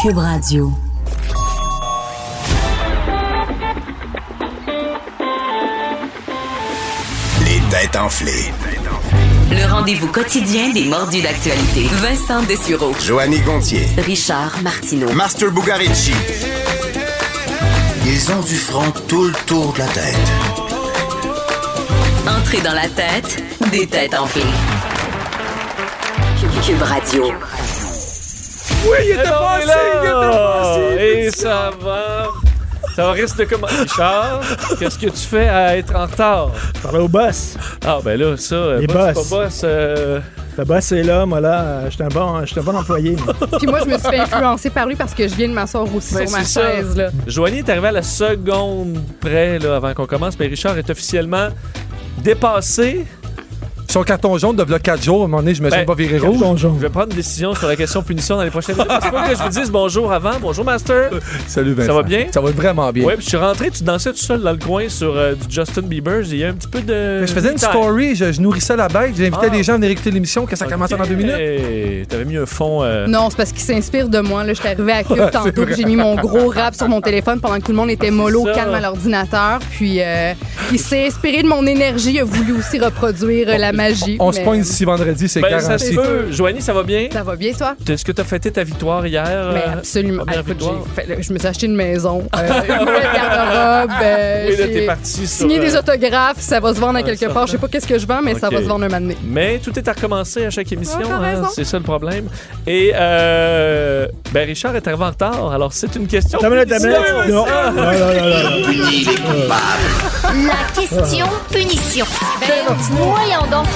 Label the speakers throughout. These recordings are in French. Speaker 1: Cube Radio.
Speaker 2: Les têtes enflées.
Speaker 1: Le rendez-vous quotidien des mordus d'actualité. Vincent Dessureau.
Speaker 2: Joanny Gontier.
Speaker 1: Richard Martineau.
Speaker 2: Master Bugarici. Ils ont du front tout le tour de la tête.
Speaker 1: Entrée dans la tête des têtes enflées. Cube Radio.
Speaker 3: Oui, il était
Speaker 4: Alors,
Speaker 3: passé,
Speaker 4: et
Speaker 3: il était
Speaker 4: là,
Speaker 3: passé.
Speaker 4: Et ça va. Ça risque de commencer. Richard, qu'est-ce que tu fais à être en retard?
Speaker 3: Parlez au boss.
Speaker 4: Ah, ben là, ça, euh,
Speaker 3: Les
Speaker 4: boss,
Speaker 3: boss.
Speaker 4: pas boss. euh,
Speaker 3: Le boss est là, moi là, j'étais un bon, j'étais un bon employé. moi.
Speaker 5: Puis moi, je me suis fait influencer par lui parce que je viens de m'asseoir aussi
Speaker 4: ben,
Speaker 5: sur ma
Speaker 4: c'est ça.
Speaker 5: chaise. Là.
Speaker 4: Joanie est arrivée à la seconde près, là, avant qu'on commence. Mais Richard est officiellement dépassé.
Speaker 6: Son carton jaune de 4 jours, à un moment donné, je me
Speaker 4: Ben,
Speaker 6: suis pas viré
Speaker 3: Carton
Speaker 6: rouge.
Speaker 4: Je
Speaker 3: jaune.
Speaker 4: vais prendre une décision sur la question punition dans les prochaines minutes. C'est pas que je vous dise bonjour avant. Bonjour, Master.
Speaker 6: Ben, Salut Vincent.
Speaker 4: Ça va bien?
Speaker 6: Ça va vraiment bien.
Speaker 4: Ouais, puis je suis rentré, tu dansais tout seul dans le coin sur euh, du Justin Bieber. Il y a eu un petit peu de.
Speaker 6: Mais je faisais une
Speaker 4: Guitare.
Speaker 6: story, je, je nourrissais la bête, j'invitais
Speaker 4: Ah. Ben,
Speaker 6: les gens à venir écouter l'émission, que ça commençait dans deux minutes.
Speaker 4: Hey, T'avais mis un fond. euh,
Speaker 5: Non, c'est parce qu'il s'inspire de moi. Là, je suis arrivée à Cube tantôt, puis j'ai mis mon gros rap sur mon téléphone pendant que tout le monde était mollo,
Speaker 4: Ah, ça.
Speaker 5: calme à l'ordinateur. Puis euh, il s'est inspiré de mon énergie, il a voulu aussi reproduire euh, la magie.
Speaker 6: On se
Speaker 5: mais-
Speaker 6: pointe ici vendredi, c'est
Speaker 4: Ben, ça se
Speaker 6: garanti.
Speaker 4: peut. Joanie, ça va bien?
Speaker 5: Ça va bien, toi?
Speaker 4: Est-ce que tu as fêté ta victoire hier?
Speaker 5: Mais
Speaker 4: euh,
Speaker 5: absolument.
Speaker 4: première
Speaker 5: Ah, écoute,
Speaker 4: victoire.
Speaker 5: j'ai fait- là, je me suis acheté une maison, euh, une nouvelle garde-robe. euh,
Speaker 4: Oui, là,
Speaker 5: j'ai
Speaker 4: t'es parti sur,
Speaker 5: Signé des
Speaker 4: euh,
Speaker 5: autographes, ça va se vendre à
Speaker 4: un
Speaker 5: quelque
Speaker 4: certain-
Speaker 5: part. Je sais pas qu'est-ce que je vends, mais ça
Speaker 4: Ok.
Speaker 5: va se vendre un moment donné.
Speaker 4: Mais tout est à recommencer à chaque émission,
Speaker 5: Ouais, t'as
Speaker 4: hein,
Speaker 5: raison.
Speaker 4: c'est ça le problème. Et euh, ben Richard est arrivé en retard, alors c'est une question.
Speaker 3: T'as minute, t'as
Speaker 4: punition.
Speaker 3: minute. Non. Oh là là là là.
Speaker 7: La question punition. Ben, voyons donc.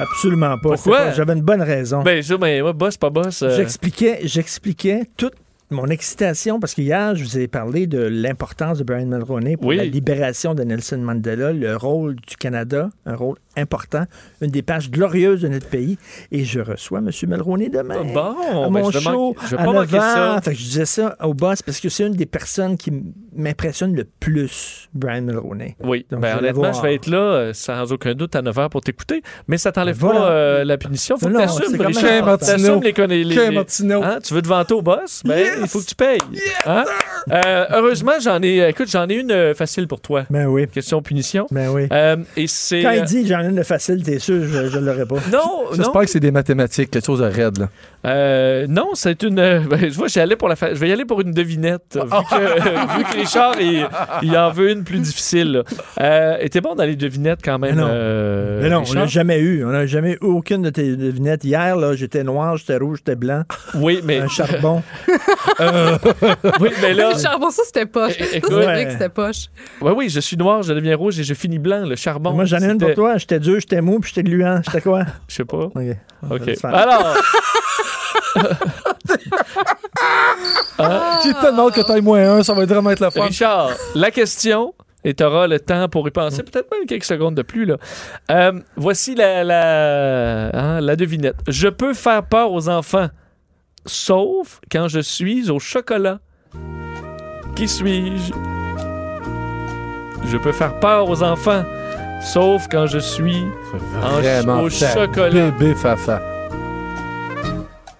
Speaker 3: Absolument pas.
Speaker 4: Pourquoi?
Speaker 3: C'est pas- J'avais une bonne raison.
Speaker 4: Ben je, ben ouais, boss pas boss. euh,
Speaker 3: J'expliquais, j'expliquais toute mon excitation parce qu'hier, je vous ai parlé de l'importance de Brian Mulroney pour
Speaker 4: Oui.
Speaker 3: la libération de Nelson Mandela, le rôle du Canada, un rôle important, une des pages glorieuses de notre pays. Et je reçois M. Mulroney demain.
Speaker 4: Bon,
Speaker 3: à
Speaker 4: ben,
Speaker 3: mon
Speaker 4: je vais
Speaker 3: show,
Speaker 4: manquer- je vais
Speaker 3: à
Speaker 4: pas manquer
Speaker 3: 9 ans.
Speaker 4: ça.
Speaker 3: Fait que je disais ça au boss parce que c'est une des personnes qui m'impressionne le plus, Brian Mulroney.
Speaker 4: Oui,
Speaker 3: Donc,
Speaker 4: ben,
Speaker 3: je vais
Speaker 4: honnêtement,
Speaker 3: voir.
Speaker 4: je vais être là euh, sans aucun doute à 9h pour t'écouter, mais ça t'enlève
Speaker 3: Ben, Voilà.
Speaker 4: pas euh, la punition. Faut
Speaker 3: Non,
Speaker 4: que
Speaker 3: c'est
Speaker 4: t'assumes,
Speaker 3: quand même
Speaker 4: Richard.
Speaker 3: important.
Speaker 4: T'assumes les connaissances.
Speaker 6: Que Martineau.
Speaker 4: Hein, tu veux te vanter au boss? Ben,
Speaker 6: Yes!
Speaker 4: il faut que tu payes. Hein? Euh, heureusement, j'en ai, écoute, j'en ai une euh, facile pour toi.
Speaker 3: Ben oui,
Speaker 4: Question punition.
Speaker 3: ben oui.
Speaker 4: Euh, et c'est.
Speaker 3: Quand il dit j'en ai une facile, t'es sûr, je, je l'aurais pas.
Speaker 4: Non, non.
Speaker 6: J'espère que c'est des mathématiques, quelque chose de raide. Là.
Speaker 4: Euh, non, c'est une. euh, ben, je vois, j'y allais pour la. fa- Je vais y aller pour une devinette. euh, Vu que, vu que Richard, il, il en veut une plus difficile. là. Euh, était bon dans les devinettes quand même.
Speaker 3: Mais non.
Speaker 4: euh,
Speaker 3: Mais non, on
Speaker 4: Richard?
Speaker 3: n'a jamais eu. On n'a jamais eu aucune de tes devinettes. Hier, là, j'étais noir, j'étais rouge, j'étais blanc,
Speaker 4: Oui, mais
Speaker 3: un charbon.
Speaker 4: oui, mais là.
Speaker 5: Le charbon, ça, c'était poche.
Speaker 4: É-
Speaker 5: Ça, c'est
Speaker 4: Eh, écoute.
Speaker 3: Ouais.
Speaker 5: vrai que c'était poche.
Speaker 4: Ouais, oui, je suis noir, je deviens rouge et je finis blanc. Le charbon.
Speaker 3: Moi, j'en ai une pour
Speaker 4: c'était-
Speaker 3: toi. J'étais dur, j'étais mou, puis j'étais gluant. J'étais quoi?
Speaker 4: Je sais pas.
Speaker 3: OK. On va
Speaker 4: Ok.
Speaker 3: le faire.
Speaker 4: Alors,
Speaker 6: J'ai tellement hâte que taille moins un, ça va vraiment être la fin.
Speaker 4: Richard, la question. Et tu auras le temps pour y penser,
Speaker 3: Mm.
Speaker 4: peut-être même quelques secondes de plus. Là. Euh, voici la, la, hein, la devinette. Je peux faire peur aux enfants, sauf quand je suis au chocolat. Qui suis-je? Je peux faire peur aux enfants, sauf quand je suis... En
Speaker 6: Vraiment.
Speaker 4: ch- au
Speaker 6: ta
Speaker 4: chocolat.
Speaker 6: Bébé fafa.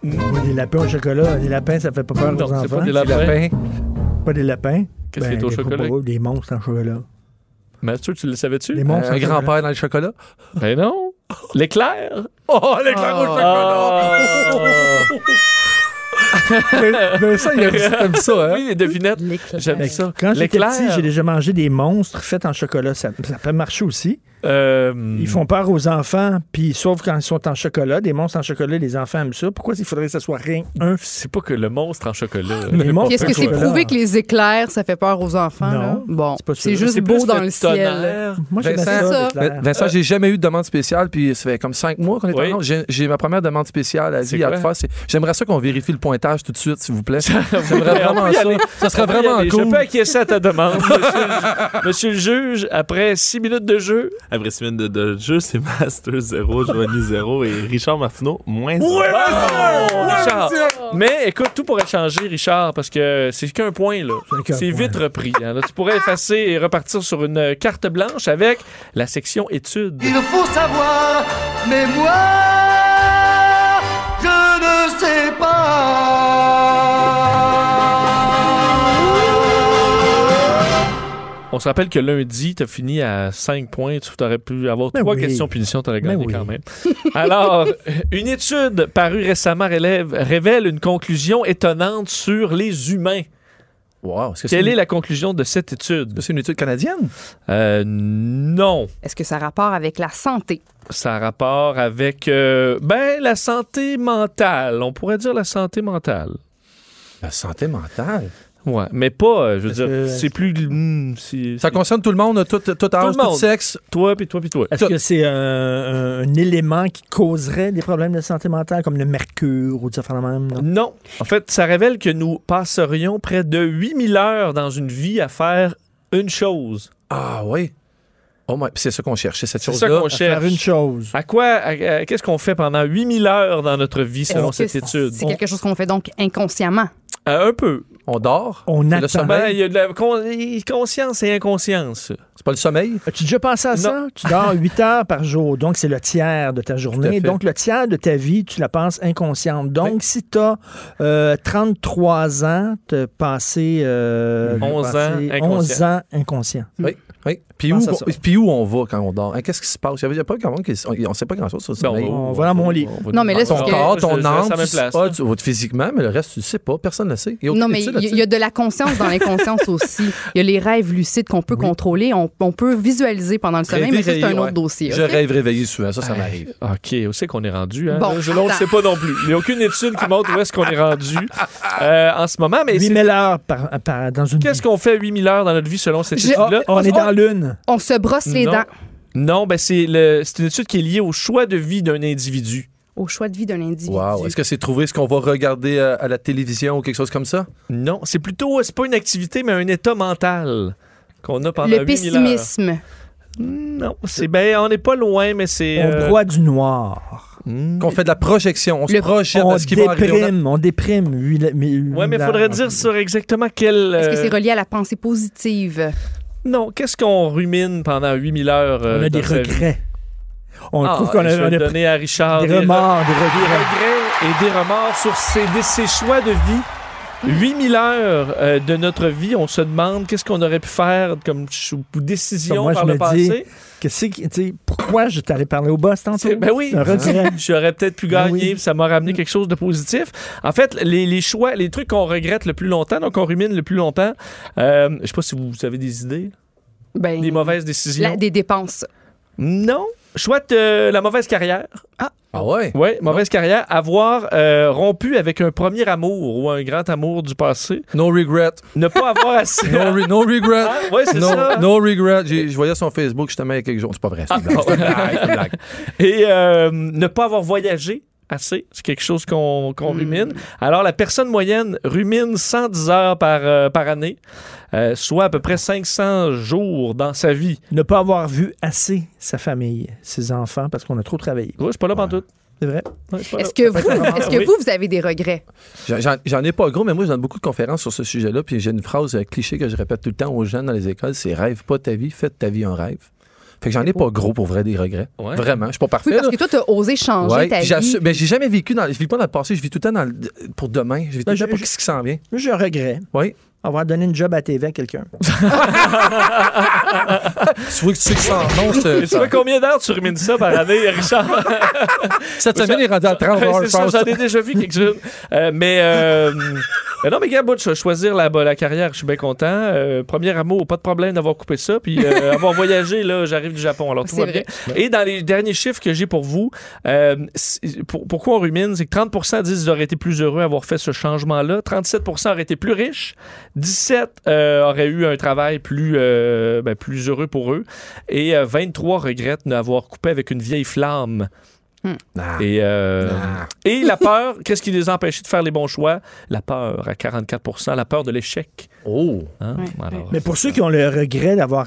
Speaker 3: Moi, des lapins au chocolat. Des lapins, ça fait pas peur
Speaker 4: Ah! Non,
Speaker 3: aux
Speaker 4: c'est
Speaker 3: enfants.
Speaker 4: pas des
Speaker 3: Pas
Speaker 6: Petit
Speaker 4: lapins.
Speaker 6: lapin.
Speaker 3: des, lapins.
Speaker 4: Qu'est-ce qui
Speaker 3: Ben,
Speaker 4: est au
Speaker 3: des
Speaker 4: chocolat? Euh,
Speaker 3: robots, Des monstres en chocolat.
Speaker 4: Mathieu, tu le savais-tu?
Speaker 3: Des monstres
Speaker 6: Un
Speaker 3: en chocolat.
Speaker 6: grand-père dans le chocolat.
Speaker 4: Ben non. L'éclair?
Speaker 6: Oh, l'éclair au
Speaker 4: Ah.
Speaker 6: chocolat. Vincent, il a dit comme ça, hein?
Speaker 4: Oui, les devinettes. J'aime
Speaker 3: Mais
Speaker 4: ça.
Speaker 3: Ben, Quand j'étais
Speaker 4: L'éclair.
Speaker 3: petit, j'ai déjà mangé des monstres faits en chocolat. Ça, ça peut marcher aussi.
Speaker 4: euh,
Speaker 3: Ils font peur aux enfants, puis sauf quand ils sont en chocolat. Des monstres en chocolat, les enfants aiment ça. Pourquoi il faudrait que ça soit rien un?
Speaker 4: C'est pas que le monstre en chocolat.
Speaker 3: Les monstres
Speaker 5: Puis est-ce
Speaker 3: en
Speaker 5: que c'est
Speaker 3: chocolat.
Speaker 5: prouvé que les éclairs, ça fait peur aux enfants?
Speaker 3: Non,
Speaker 5: là? Bon,
Speaker 3: c'est pas sûr.
Speaker 5: c'est juste
Speaker 4: C'est
Speaker 5: beau
Speaker 4: plus
Speaker 5: dans
Speaker 4: le
Speaker 5: le ciel.
Speaker 4: tonnerre.
Speaker 3: Moi, j'aimais
Speaker 6: Vincent,
Speaker 3: ça,
Speaker 5: ça.
Speaker 3: l'éclair.
Speaker 6: Vincent, j'ai jamais eu de demande spéciale, puis ça fait comme cinq mois qu'on est
Speaker 4: Oui.
Speaker 6: en ordre. J'ai- J'ai ma première demande spéciale à
Speaker 4: C'est
Speaker 6: vie à te
Speaker 4: quoi?
Speaker 6: faire. c'est- J'aimerais ça qu'on vérifie le pointage tout de suite, s'il vous plaît. J'aimerais
Speaker 4: On peut
Speaker 6: vraiment
Speaker 4: y
Speaker 6: ça.
Speaker 4: aller.
Speaker 6: Ça serait
Speaker 4: On peut y
Speaker 6: vraiment
Speaker 4: aller. Je
Speaker 6: cool.
Speaker 4: peux acquiescer à ta demande, monsieur, le ju- monsieur le juge. Après six minutes de jeu,
Speaker 8: Après six minutes de, de jeu, c'est Master 0, Joanie 0 et Richard Martineau, moins zéro.
Speaker 6: Ah!
Speaker 4: Richard. Mais écoute, tout pourrait changer, Richard, parce que c'est qu'un point, là.
Speaker 3: qu'un
Speaker 4: C'est
Speaker 3: point.
Speaker 4: vite repris. hein. Là, tu pourrais effacer et repartir sur une euh, carte blanche avec la section études.
Speaker 9: Il faut savoir, mais moi, je ne sais pas.
Speaker 4: On se rappelle que lundi, t'as fini à 5 points. Tu aurais pu avoir
Speaker 6: Ben
Speaker 3: Mais
Speaker 4: trois
Speaker 3: oui.
Speaker 4: questions punition, t'aurais gagné
Speaker 3: Mais oui.
Speaker 4: quand même. Alors, une étude parue récemment relève- révèle une conclusion étonnante sur les humains.
Speaker 6: Wow. Est-ce que c'est
Speaker 4: Quelle est
Speaker 6: une...
Speaker 4: la conclusion de cette étude?
Speaker 6: c'est une étude canadienne?
Speaker 4: Euh, non.
Speaker 5: Est-ce que ça a rapport avec la santé?
Speaker 4: Ça a rapport avec, euh, ben, la santé mentale. On pourrait dire la santé mentale.
Speaker 6: La santé mentale.
Speaker 4: Ouais, mais pas, euh, je veux dire,
Speaker 3: que-
Speaker 4: c'est plus... hmm, c'est-
Speaker 6: Ça concerne tout le monde, tout, tout
Speaker 4: le
Speaker 6: âge, tout,
Speaker 4: monde.
Speaker 6: sexe.
Speaker 4: Toi, puis toi, puis toi.
Speaker 3: Est-ce que c'est euh, un, un élément qui causerait des problèmes de santé mentale, comme le mercure ou des affaires de même? non?
Speaker 4: Non. En fait, ça révèle que nous passerions près de 8000 heures dans une vie à faire une chose.
Speaker 6: Ah oui. Oh my, c'est ça qu'on cherchait, cette
Speaker 4: C'est ça
Speaker 6: chose-là.
Speaker 4: qu'on
Speaker 3: À faire
Speaker 4: cherche.
Speaker 3: une chose.
Speaker 4: À quoi, à- à- qu'est-ce qu'on fait pendant 8000 heures dans notre vie selon
Speaker 5: Est-ce que
Speaker 4: cette étude?
Speaker 5: C'est quelque chose qu'on fait donc inconsciemment.
Speaker 4: On- euh, un peu.
Speaker 6: On dort.
Speaker 3: On
Speaker 6: C'est
Speaker 3: attend.
Speaker 6: Le
Speaker 5: Ah
Speaker 4: Ben,
Speaker 6: sommeil.
Speaker 4: il y a de la con- conscience et inconscience.
Speaker 6: C'est pas le sommeil?
Speaker 3: As-tu déjà pensé à ça? Tu dors 8 heures par jour, donc c'est le tiers de ta journée.
Speaker 6: fait.
Speaker 3: Donc le tiers de ta vie, tu la penses inconsciente. Donc si tu as 33 ans, tu as passé, euh, t'as
Speaker 4: 11 ans
Speaker 3: passé
Speaker 4: inconscient.
Speaker 3: 11 ans inconscient.
Speaker 4: Mm.
Speaker 6: Oui. oui. Puis, où,
Speaker 3: Pense à ça.
Speaker 6: puis où on va quand on dort? Hein, Qu'est-ce qui se passe? Il n'y a pas grand chose. On ne sait pas grand-chose sur le
Speaker 4: Ben,
Speaker 6: sommeil.
Speaker 3: on va dans mon lit.
Speaker 4: on va-
Speaker 5: Non, mais là, c'est
Speaker 6: ton
Speaker 5: parce que-
Speaker 6: corps,
Speaker 4: Je- je-
Speaker 6: ton
Speaker 4: je
Speaker 6: âme,
Speaker 4: reste à ma
Speaker 6: tu sais
Speaker 4: place,
Speaker 6: pas,
Speaker 4: là.
Speaker 6: tu- ou physiquement, mais le reste, tu le sais pas. Personne ne le sait. Il y a aucune
Speaker 5: Non, mais
Speaker 6: étude
Speaker 5: il y,
Speaker 6: là-dessus.
Speaker 5: il y a de la conscience dans l'inconscience aussi. Il y a les rêves lucides qu'on peut contrôler, on, on peut visualiser pendant le sommeil,
Speaker 6: Rêver
Speaker 5: mais ça, c'est un
Speaker 6: réveillé,
Speaker 5: autre
Speaker 6: ouais.
Speaker 5: dossier.
Speaker 6: Je
Speaker 5: ok?
Speaker 6: rêve réveillé souvent, ça,
Speaker 5: Euh,
Speaker 6: ça
Speaker 4: Hey,
Speaker 6: m'arrive.
Speaker 4: OK, où c'est qu'on est rendu? Hein?
Speaker 5: Bon,
Speaker 4: je ne
Speaker 5: attends.
Speaker 4: sais pas non plus. Il n'y a aucune étude qui montre où est-ce qu'on est rendu euh, en ce moment, mais
Speaker 3: 8
Speaker 4: c'est-
Speaker 3: 000 heures par, par- dans une
Speaker 4: qu'est-ce qu'on fait 8000 heures dans notre vie selon cette
Speaker 5: Je-
Speaker 3: Ah,
Speaker 4: étude-là?
Speaker 3: on est dans l'une.
Speaker 5: On se brosse les
Speaker 4: Non.
Speaker 5: dents
Speaker 4: Non, ben c'est le- c'est une étude qui est liée au choix de vie d'un individu.
Speaker 5: au choix de vie d'un individu.
Speaker 6: Wow. Est-ce que c'est trouver ce qu'on va regarder euh, à la télévision ou quelque chose comme ça?
Speaker 4: Non, c'est plutôt, c'est pas une activité, mais un état mental qu'on a pendant
Speaker 5: le
Speaker 4: 8000 heures.
Speaker 5: pessimisme.
Speaker 4: Non, c'est ben, on n'est pas loin, mais c'est.
Speaker 3: On
Speaker 4: euh,
Speaker 3: broie du noir.
Speaker 4: hmm.
Speaker 6: Qu'on fait de la projection, on se
Speaker 5: Le-
Speaker 6: projette
Speaker 3: On
Speaker 6: à ce qui va arriver. On a-
Speaker 3: déprime, on déprime. huit- mais huit
Speaker 4: Ouais, mais
Speaker 3: mille
Speaker 4: faudrait
Speaker 3: heures.
Speaker 4: dire sur exactement quel.
Speaker 5: Est-ce que
Speaker 4: euh,
Speaker 5: c'est relié à la pensée positive?
Speaker 4: Non, qu'est-ce qu'on rumine pendant 8000 heures euh,
Speaker 3: On a des
Speaker 4: dans sa vie?
Speaker 3: regrets. On
Speaker 4: Ah,
Speaker 3: trouve qu'on
Speaker 4: je
Speaker 3: a,
Speaker 4: vais
Speaker 3: on a
Speaker 4: le
Speaker 3: pris
Speaker 4: donner à Richard
Speaker 3: des remords, des
Speaker 4: des
Speaker 3: regrets.
Speaker 4: regrets et des remords sur ses, dé- ses choix de vie. 8000 heures euh, de notre vie, on se demande qu'est-ce qu'on aurait pu faire comme ch- décision
Speaker 3: Comme moi,
Speaker 4: par
Speaker 3: je
Speaker 4: le
Speaker 3: me
Speaker 4: passé.
Speaker 3: Qu'est-ce qui- tu sais, pourquoi je t'allais parler au boss tantôt?
Speaker 4: C'est- Ben oui,
Speaker 3: Un regret.
Speaker 4: j'aurais peut-être pu
Speaker 3: Ben
Speaker 4: gagner,
Speaker 3: oui.
Speaker 4: puis ça m'a ramené quelque chose de positif. En fait, les, les choix, les trucs qu'on regrette le plus longtemps, donc qu'on rumine le plus longtemps, euh, je sais pas si vous avez des idées,
Speaker 5: Ben,
Speaker 4: des mauvaises
Speaker 5: la-
Speaker 4: décisions.
Speaker 5: des dépenses.
Speaker 4: Non, chouette euh, la mauvaise carrière.
Speaker 6: Ah ouais?
Speaker 4: Oui, mauvaise carrière. Avoir euh, rompu avec un premier amour ou un grand amour du passé.
Speaker 6: No regret.
Speaker 4: Ne pas avoir assez.
Speaker 6: No, re- no regret.
Speaker 4: Ah, ouais, c'est
Speaker 6: no,
Speaker 4: ça.
Speaker 6: no regret. J'ai- Je voyais son Facebook justement il y a quelques jours. C'est pas vrai. c'est une blague. Arrête, c'est une blague.
Speaker 4: Et euh, ne pas avoir voyagé assez. C'est quelque chose qu'on qu'on
Speaker 6: Hmm.
Speaker 4: rumine. Alors, la personne moyenne rumine 110 heures par, euh, par année, euh, soit à peu près 500 jours dans sa vie.
Speaker 3: Ne pas avoir vu assez sa famille, ses enfants, parce qu'on a trop travaillé.
Speaker 4: Ouais, je suis pas là pantoute.
Speaker 3: C'est vrai.
Speaker 4: Ouais, je suis pas là.
Speaker 5: Est-ce que, vous,
Speaker 4: Ah,
Speaker 5: est-ce que
Speaker 4: oui.
Speaker 5: vous, vous avez des regrets?
Speaker 6: J'en- J'en j'en ai pas gros, mais moi, je donne beaucoup de conférences sur ce sujet-là. Puis j'ai une phrase euh, cliché que je répète tout le temps aux jeunes dans les écoles c'est rêve pas ta vie, fais de ta vie un rêve. Fait que j'en ai pas gros pour vrai des regrets.
Speaker 4: Ouais.
Speaker 6: Vraiment. Je suis pas parfait.
Speaker 5: Oui, parce
Speaker 6: là.
Speaker 5: que toi, tu as osé changer
Speaker 6: Ouais,
Speaker 5: ta
Speaker 6: puis
Speaker 5: vie.
Speaker 6: j'assume- mais j'ai jamais vécu dans. Je vis pas dans le passé, je vis tout le temps dans le- pour demain. Je vis tout le
Speaker 3: Ben,
Speaker 6: temps pour
Speaker 3: je-
Speaker 6: ce qui s'en vient.
Speaker 3: Moi, j'ai un regret.
Speaker 6: Oui.
Speaker 3: Avoir donné une job à TV à quelqu'un.
Speaker 6: Tu vois que tu sais que ça euh, en- non, c'est-
Speaker 4: Mais tu vois combien d'heures tu rumines ça par année, Richard?
Speaker 6: Cette semaine, il est rendu à 30
Speaker 4: Ouais,
Speaker 6: heures,
Speaker 4: c'est
Speaker 6: je
Speaker 4: ça,
Speaker 6: pense.
Speaker 4: j'en ai déjà vu quelques-unes. Euh, mais, euh, mais non, mais Gabout, choisir la, la carrière, je suis bien content. Euh, premier amour, pas de problème d'avoir coupé ça. Puis euh, avoir voyagé, là, j'arrive du Japon, alors tout
Speaker 5: C'est
Speaker 4: va bien. Et dans les derniers chiffres que j'ai pour vous, euh, c'est- pour- pourquoi on rumine, c'est que 30 disent qu'ils auraient été plus heureux d'avoir fait ce changement-là. 37 auraient été plus riches. 17 euh, auraient eu un travail plus, euh, ben, plus heureux pour eux. Et euh, 23 regrettent n'avoir coupé avec une vieille flamme.
Speaker 6: Ah.
Speaker 4: Et, euh,
Speaker 6: Ah.
Speaker 4: et la peur, qu'est-ce qui les empêchait de faire les bons choix? La peur à 44 la peur de l'échec.
Speaker 6: Oh!
Speaker 4: hein?
Speaker 5: Ouais,
Speaker 4: Alors,
Speaker 3: Mais pour ceux qui ont le regret d'avoir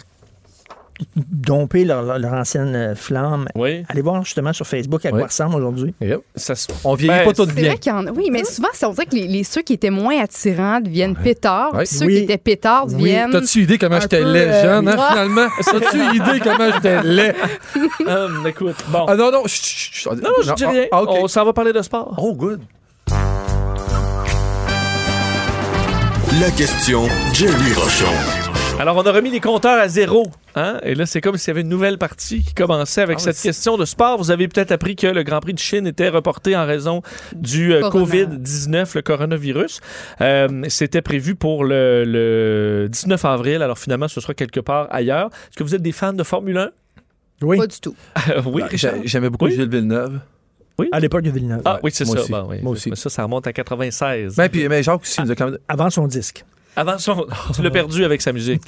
Speaker 3: dompé leur, leur- leur ancienne euh, flamme,
Speaker 4: Oui,
Speaker 3: allez voir justement sur Facebook à
Speaker 6: Oui.
Speaker 3: quoi ressemble aujourd'hui.
Speaker 6: Yep.
Speaker 4: ça se...
Speaker 6: On vieillit
Speaker 4: Ben,
Speaker 6: pas tout
Speaker 5: C'est
Speaker 6: bien.
Speaker 5: vrai qu'il y en a. Oui, mais souvent, c'est- on dirait que les, les- ceux qui étaient moins attirants deviennent pétards,
Speaker 6: Ouais.
Speaker 5: puis ceux
Speaker 3: Oui.
Speaker 5: qui étaient pétards
Speaker 3: Oui.
Speaker 5: deviennent.
Speaker 6: T'as-tu idée comment
Speaker 5: Un
Speaker 6: j'étais
Speaker 5: peu,
Speaker 6: laid,
Speaker 5: euh,
Speaker 6: jeune, hein,
Speaker 5: ah.
Speaker 6: finalement? T'as-tu idée comment j'étais laid?
Speaker 4: Hum, écoute, bon.
Speaker 6: Ah non, non, chut, chut, chut.
Speaker 4: non, non, je dis rien.
Speaker 6: Ah, ok.
Speaker 4: On s'en va parler de sport.
Speaker 6: Oh, good.
Speaker 2: La question Jerry Rochon.
Speaker 4: Alors, on a remis les compteurs à zéro. Hein? Et là, c'est comme s'il y avait une nouvelle partie qui commençait avec
Speaker 6: Ah, mais
Speaker 4: cette
Speaker 6: c'est-
Speaker 4: question de sport. Vous avez peut-être appris que le Grand Prix de Chine était reporté en raison du euh,
Speaker 5: Corona.
Speaker 4: COVID-19, le coronavirus. Euh, C'était prévu pour le, le 19 avril. Alors, finalement, ce sera quelque part ailleurs. Est-ce que vous êtes des fans de Formule 1?
Speaker 3: Oui,
Speaker 5: Pas du tout.
Speaker 4: Euh, oui,
Speaker 6: Ben,
Speaker 4: Richard?
Speaker 6: j'a- J'aimais beaucoup
Speaker 4: Oui.
Speaker 6: Gilles Villeneuve.
Speaker 3: à l'époque de Villeneuve.
Speaker 4: Ah oui, c'est
Speaker 6: moi
Speaker 4: ça.
Speaker 6: aussi.
Speaker 4: Ben oui.
Speaker 3: Moi aussi.
Speaker 4: Mais Ça, ça remonte à 96.
Speaker 6: Ben, puis, mais Jacques aussi, il nous a quand même.
Speaker 3: Avant son disque.
Speaker 4: Avant son... Tu l'as perdu avec sa musique.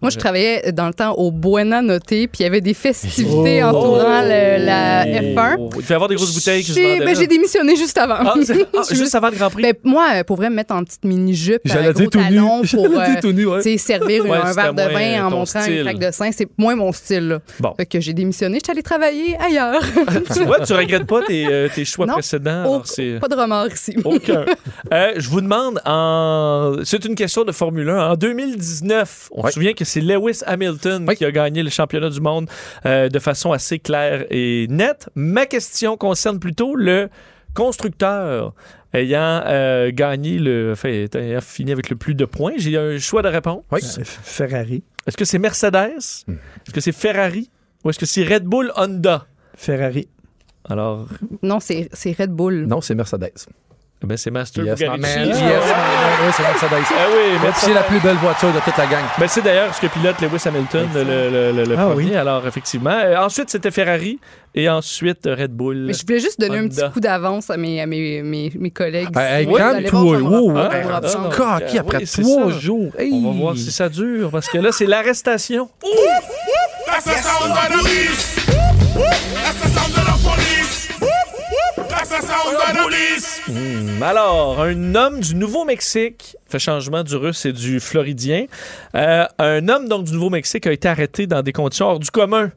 Speaker 5: Moi, je travaillais dans le temps au Buena Noté, puis il y avait des festivités
Speaker 3: Oh.
Speaker 5: entourant le- la
Speaker 4: Oh.
Speaker 5: F1.
Speaker 4: Il devait y avoir des grosses bouteilles qui se
Speaker 5: J'ai
Speaker 4: vendaient
Speaker 5: ben,
Speaker 4: là.
Speaker 5: j'ai démissionné juste avant.
Speaker 4: Ah, c'est- ah,
Speaker 5: Je-
Speaker 4: juste avant le Grand Prix.
Speaker 5: Ben, moi, euh, pour vrai, me mettre en petite mini-jupe,
Speaker 6: J'allais
Speaker 5: un gros
Speaker 6: dire tout nu.
Speaker 5: talon pour
Speaker 6: J'allais dire
Speaker 5: euh,
Speaker 6: tout nu, ouais.
Speaker 5: tu sais, servir
Speaker 4: Ouais,
Speaker 5: un
Speaker 4: c'était
Speaker 5: verre de
Speaker 4: moins
Speaker 5: vin en
Speaker 4: ton
Speaker 5: montrant
Speaker 4: style.
Speaker 5: une plaque de sein. C'est moins mon style. Là.
Speaker 4: Bon.
Speaker 5: Fait que j'ai démissionné, je suis allée travailler ailleurs.
Speaker 4: tu vois, tu regrettes pas tes, euh, tes choix
Speaker 5: Non.
Speaker 4: précédents.
Speaker 5: Au-
Speaker 4: alors c'est-
Speaker 5: Pas de remords ici.
Speaker 6: Oh.
Speaker 4: Aucun. Euh, je vous demande, en... c'est une question de Formule 1. En 2019, on
Speaker 6: Ouais.
Speaker 4: se souvient que c'est Lewis Hamilton qui a gagné le championnat du monde euh, de façon assez claire et nette. Ma question concerne plutôt le constructeur ayant euh, gagné le. Enfin, ayant fini avec le plus de points. J'ai un choix de réponse.
Speaker 6: Oui.
Speaker 3: Euh, Ferrari.
Speaker 4: Est-ce que c'est Mercedes? Est-ce que c'est Ferrari? Ou est-ce que c'est Red Bull Honda?
Speaker 3: Ferrari.
Speaker 4: Alors,
Speaker 5: Non, c'est c'est Red Bull.
Speaker 6: Non, c'est Mercedes.
Speaker 4: ben c'est Master
Speaker 6: Yes, my
Speaker 4: Bugarici.
Speaker 6: man. Yes, my man. Oui, c'est Mercedes.
Speaker 4: Ah oui,
Speaker 6: Puis
Speaker 4: merci.
Speaker 6: C'est la plus belle voiture de toute la gang.
Speaker 4: Ben, c'est d'ailleurs ce que pilote Lewis Hamilton, le, le, le- le
Speaker 3: Ah
Speaker 4: premier.
Speaker 3: oui.
Speaker 4: Alors, effectivement. Euh, ensuite, c'était Ferrari et ensuite euh, Red Bull.
Speaker 5: Mais je voulais juste donner un
Speaker 4: Honda.
Speaker 5: petit coup d'avance à mes, à mes, mes, mes collègues.
Speaker 6: Hey, hey,
Speaker 5: Vous allez voir,
Speaker 6: calme-toi.
Speaker 5: ça me
Speaker 6: Wow,
Speaker 5: reprend,
Speaker 4: wow.
Speaker 5: ça me
Speaker 4: Ah,
Speaker 5: reprend.
Speaker 4: non.
Speaker 6: Cocky
Speaker 4: Ah,
Speaker 6: après
Speaker 4: oui, c'est
Speaker 6: trois
Speaker 4: ça.
Speaker 6: jours. Hey.
Speaker 4: On va voir si ça dure parce que là, c'est l'arrestation. Hmm, Alors, un homme du Nouveau-Mexique, fait changement du russe et du floridien, Euh, un homme donc du Nouveau-Mexique a été arrêté dans des conditions hors du commun.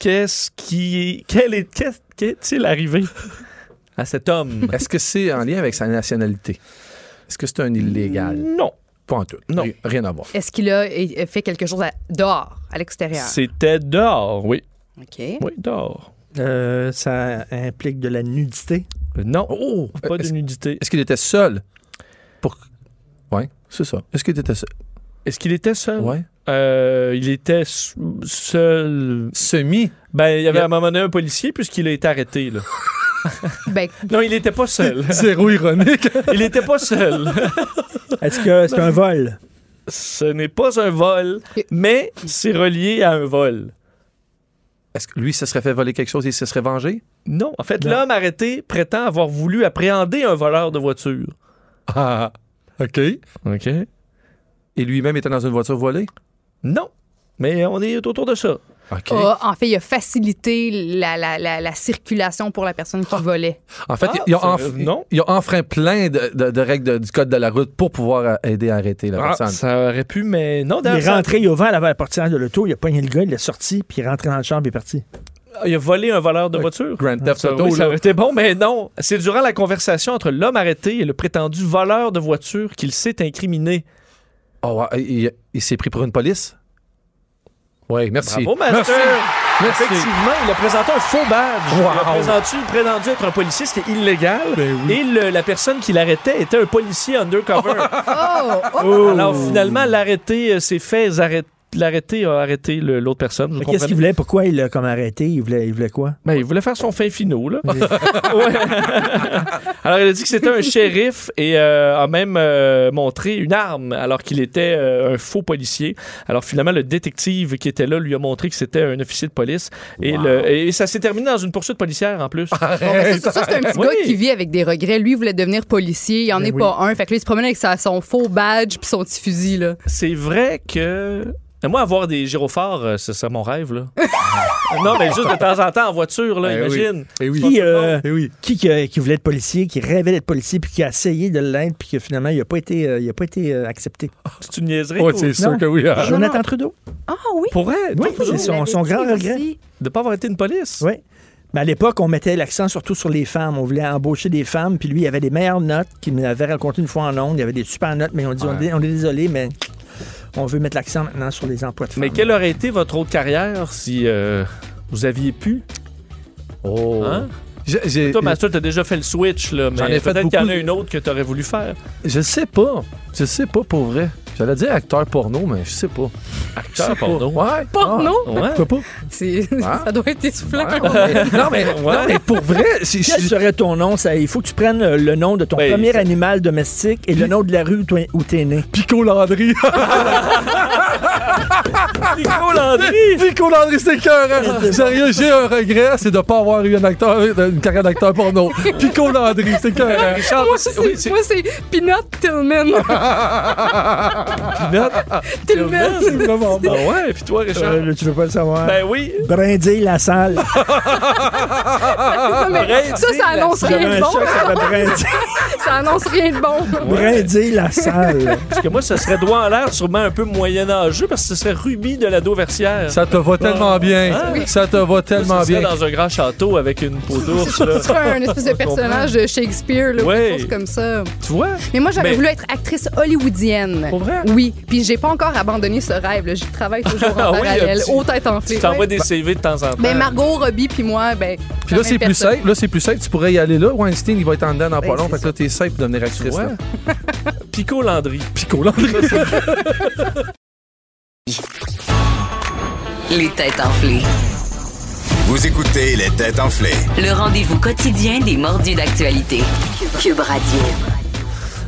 Speaker 4: Qu'est-ce qui... Quel est... qu'est- Qu'est-il arrivé à cet homme?
Speaker 6: Est-ce que c'est en lien avec sa nationalité? Est-ce que c'est un illégal?
Speaker 4: Non.
Speaker 6: Pas en tout.
Speaker 4: Non.
Speaker 6: Ri- Rien à voir.
Speaker 5: Est-ce qu'il a eh, fait quelque chose à- dehors, à l'extérieur?
Speaker 4: C'était dehors, oui.
Speaker 5: OK.
Speaker 4: Oui, dehors.
Speaker 3: Euh, ça implique de la nudité.
Speaker 4: Euh, Non,
Speaker 6: Oh!
Speaker 4: pas de
Speaker 6: Est-ce
Speaker 4: nudité.
Speaker 6: est-ce qu'il était seul? Pour... Oui, c'est ça. Est-ce qu'il était seul?
Speaker 4: Est-ce qu'il était seul?
Speaker 6: Oui.
Speaker 4: Euh, il était s- seul.
Speaker 6: Semi.
Speaker 4: Ben, il y avait
Speaker 6: Il y a-
Speaker 4: à un moment donné un policier puisqu'il a été arrêté, là.
Speaker 5: Ben,
Speaker 4: Non, il n'était pas seul.
Speaker 6: Zéro ironique.
Speaker 4: il n'était pas seul.
Speaker 3: Est-ce que
Speaker 4: Ben,
Speaker 3: c'est un vol?
Speaker 4: Ce n'est pas un vol, mais c'est relié à un vol.
Speaker 6: Est-ce que lui se serait fait voler quelque chose et il se serait vengé?
Speaker 4: Non, en fait,
Speaker 3: Non.
Speaker 4: l'homme arrêté prétend avoir voulu appréhender un voleur de voiture.
Speaker 6: Ah, OK. Et
Speaker 4: OK.
Speaker 6: lui-même était dans une voiture volée?
Speaker 4: Non, mais on est autour de ça.
Speaker 6: OK.
Speaker 5: a- en fait, il a facilité la, la- la- la circulation pour la personne qui volait.
Speaker 6: En fait,
Speaker 4: Ah,
Speaker 6: il, a
Speaker 4: c'est-
Speaker 6: enf-
Speaker 4: non.
Speaker 6: il a enfreint plein de, de- de règles de- du code de la route pour pouvoir euh, aider à arrêter la
Speaker 4: Ah,
Speaker 6: personne.
Speaker 4: ça aurait pu, mais non,
Speaker 3: Il est
Speaker 4: d'ailleurs, ça-
Speaker 3: rentré, il a ouvert la la portière de l'auto, il a pogné le gars, il l'a sorti, puis il est rentré dans le chambre, il est parti.
Speaker 4: il a volé un voleur de voiture.
Speaker 6: Grand Theft
Speaker 4: Ça, Ah
Speaker 6: Auto,
Speaker 4: oui, ça
Speaker 6: là.
Speaker 4: aurait été bon, mais non. C'est durant la conversation entre l'homme arrêté et le prétendu voleur de voiture qu'il s'est incriminé.
Speaker 6: Oh, ouais, il, il s'est pris pour une police? Oui, merci.
Speaker 4: Bravo, Master!
Speaker 6: Merci.
Speaker 4: Effectivement, il a présenté un faux badge. Il a
Speaker 6: Wow.
Speaker 4: présenté, il prétendu être un policier, c'était illégal. Et le- la personne qui l'arrêtait était un policier undercover.
Speaker 5: Oh!
Speaker 4: Alors finalement, l'arrêté euh, s'est fait arrêter. L'arrêté a arrêté le- l'autre personne. vous
Speaker 3: Mais Qu'est-ce
Speaker 4: comprenez?
Speaker 3: qu'il voulait? Pourquoi il l'a comme arrêté? Il voulait, il voulait quoi?
Speaker 4: Ben, il voulait faire son fin finot, là. Ouais. Alors, il a dit que c'était un shérif et euh, a même euh, montré une arme alors qu'il était euh, un faux policier. Alors, finalement, le détective qui était là lui a montré que c'était un officier de police. Et, le- et ça s'est terminé dans une poursuite policière, en plus.
Speaker 5: Bon, ben, ça, ça, c'est un petit
Speaker 4: Oui.
Speaker 5: gars qui vit avec des regrets. Lui, il voulait devenir policier. Il
Speaker 6: Ben
Speaker 5: n'y en est pas un. Fait que là, il se promène avec sa- son faux badge puis son petit fusil. Là.
Speaker 4: C'est vrai que... euh, Moi, avoir des gyrophares, euh, c'est ça mon rêve, là. non, mais juste de temps en temps en voiture, là,
Speaker 6: Eh oui.
Speaker 4: imagine.
Speaker 6: Eh oui.
Speaker 3: Qui, euh,
Speaker 6: Eh oui.
Speaker 3: qui, qui, euh, qui voulait être policier, qui rêvait d'être policier, puis qui a essayé de l'être, puis que finalement, il n'a pas été, euh, il a pas été euh, accepté.
Speaker 4: C'est une niaiserie.
Speaker 6: Ouais,
Speaker 4: ou-
Speaker 6: Oh, c'est
Speaker 3: Non.
Speaker 6: sûr que oui. hein.
Speaker 3: Jonathan Trudeau.
Speaker 5: Ah oui!
Speaker 4: Pour elle,
Speaker 3: Oui,
Speaker 4: toi,
Speaker 3: c'est
Speaker 5: Il
Speaker 3: son,
Speaker 5: l'avait
Speaker 3: son
Speaker 5: dit
Speaker 3: grand
Speaker 5: aussi.
Speaker 3: regret.
Speaker 4: de pas avoir été une police.
Speaker 3: Oui. Mais à l'époque, on mettait l'accent surtout sur les femmes. On voulait embaucher des femmes, puis lui, il avait les meilleures notes qu'il m'avait raconté une fois en ondes. Il avait des super notes, mais on dit, on, est, on est désolé, mais on veut mettre l'accent maintenant sur les emplois de femmes.
Speaker 4: Mais quelle aurait été votre autre carrière si euh, vous aviez pu?
Speaker 6: Oh.
Speaker 4: Hein?
Speaker 6: J'ai- j'ai-
Speaker 4: Toi, Master, t'as déjà fait le switch, là,
Speaker 6: J'en
Speaker 4: mais
Speaker 6: ai fait
Speaker 4: peut-être qu'il y en
Speaker 6: beaucoup.
Speaker 4: a une autre que t'aurais voulu faire.
Speaker 6: Je sais pas. Je sais pas pour vrai. J'allais dire acteur porno, mais je sais pas. Je sais
Speaker 4: Acteur
Speaker 6: pas.
Speaker 4: porno.
Speaker 6: Ouais.
Speaker 5: Porno?
Speaker 6: Ah, ouais. Je peux pas.
Speaker 5: C'est-
Speaker 6: Ah.
Speaker 5: Ça doit être essoufflant.
Speaker 6: Ouais. non, mais, non, mais pour vrai, c'est-
Speaker 3: Quel
Speaker 6: je-
Speaker 3: serait ton nom? Ça, il faut que tu prennes euh, le nom de ton
Speaker 4: Ben,
Speaker 3: premier
Speaker 4: c'est-
Speaker 3: animal domestique et le nom de la rue où toi- où t'es né.
Speaker 6: Pico Landry.
Speaker 4: Nico Landry!
Speaker 6: Pico Landry, c'est cœur. hein. Sérieux, j'ai un regret, c'est de ne pas avoir eu un acteur, euh, une carrière d'acteur porno. Pico Landry, c'est cœur. hein.
Speaker 4: Richard,
Speaker 5: Moi,
Speaker 4: c'est- oui,
Speaker 5: c'est
Speaker 4: c'est
Speaker 5: moi, c'est Peanut Tillman.
Speaker 4: Note.
Speaker 5: Tillman.
Speaker 3: C'est vraiment
Speaker 4: Ah
Speaker 3: bon.
Speaker 4: ouais, puis toi, Richard?
Speaker 3: Euh, tu veux pas le savoir?
Speaker 4: ben Ah, oui!
Speaker 3: Brindille la salle.
Speaker 5: Non, mais
Speaker 4: Brindille,
Speaker 5: ça, ça annonce rien
Speaker 3: J'avais
Speaker 5: de
Speaker 3: un
Speaker 5: bon.
Speaker 3: chat qui s'appelait Brindille.
Speaker 5: Ça annonce rien de bon.
Speaker 3: Brindille la salle.
Speaker 4: Parce que moi, ce serait doigt en l'air, sûrement un peu moyenâgeux, parce que ce serait Ruby de la Dauversière.
Speaker 6: Ça te va tellement bien. Ça te va tellement
Speaker 4: Moi, ce serait
Speaker 6: bien.
Speaker 4: dans un grand château avec une peau d'ours. là.
Speaker 5: Tu serais un espèce de personnage de Shakespeare, là, ou
Speaker 4: Ouais.
Speaker 5: quelque chose comme ça.
Speaker 4: Tu vois?
Speaker 5: Mais moi, j'aurais
Speaker 4: Mais-
Speaker 5: voulu être actrice hollywoodienne.
Speaker 4: Pour vrai?
Speaker 5: Oui. Puis j'ai pas encore abandonné ce rêve. là. J'y travaille toujours en
Speaker 4: Ah oui,
Speaker 5: parallèle,
Speaker 4: un petit-
Speaker 5: au tête enflée.
Speaker 4: Tu t'envoies
Speaker 5: Ouais.
Speaker 4: des CV de temps en temps.
Speaker 5: Ben, Margot, Robbie, puis moi, ben.
Speaker 6: Puis
Speaker 5: la
Speaker 6: là,
Speaker 5: même
Speaker 6: c'est plus
Speaker 5: personne.
Speaker 6: simple. Là, c'est plus simple. Tu pourrais y aller là. Weinstein, il va être en dedans dans pas
Speaker 5: Ben,
Speaker 6: long.
Speaker 5: c'est
Speaker 6: Fait que là, t'es safe pour devenir actrice.
Speaker 4: Ouais.
Speaker 6: là.
Speaker 4: Pico Landry.
Speaker 6: Pico Landry.
Speaker 1: Les têtes enflées.
Speaker 2: Vous écoutez les têtes enflées.
Speaker 1: Le rendez-vous quotidien des mordus d'actualité. Cube Radio.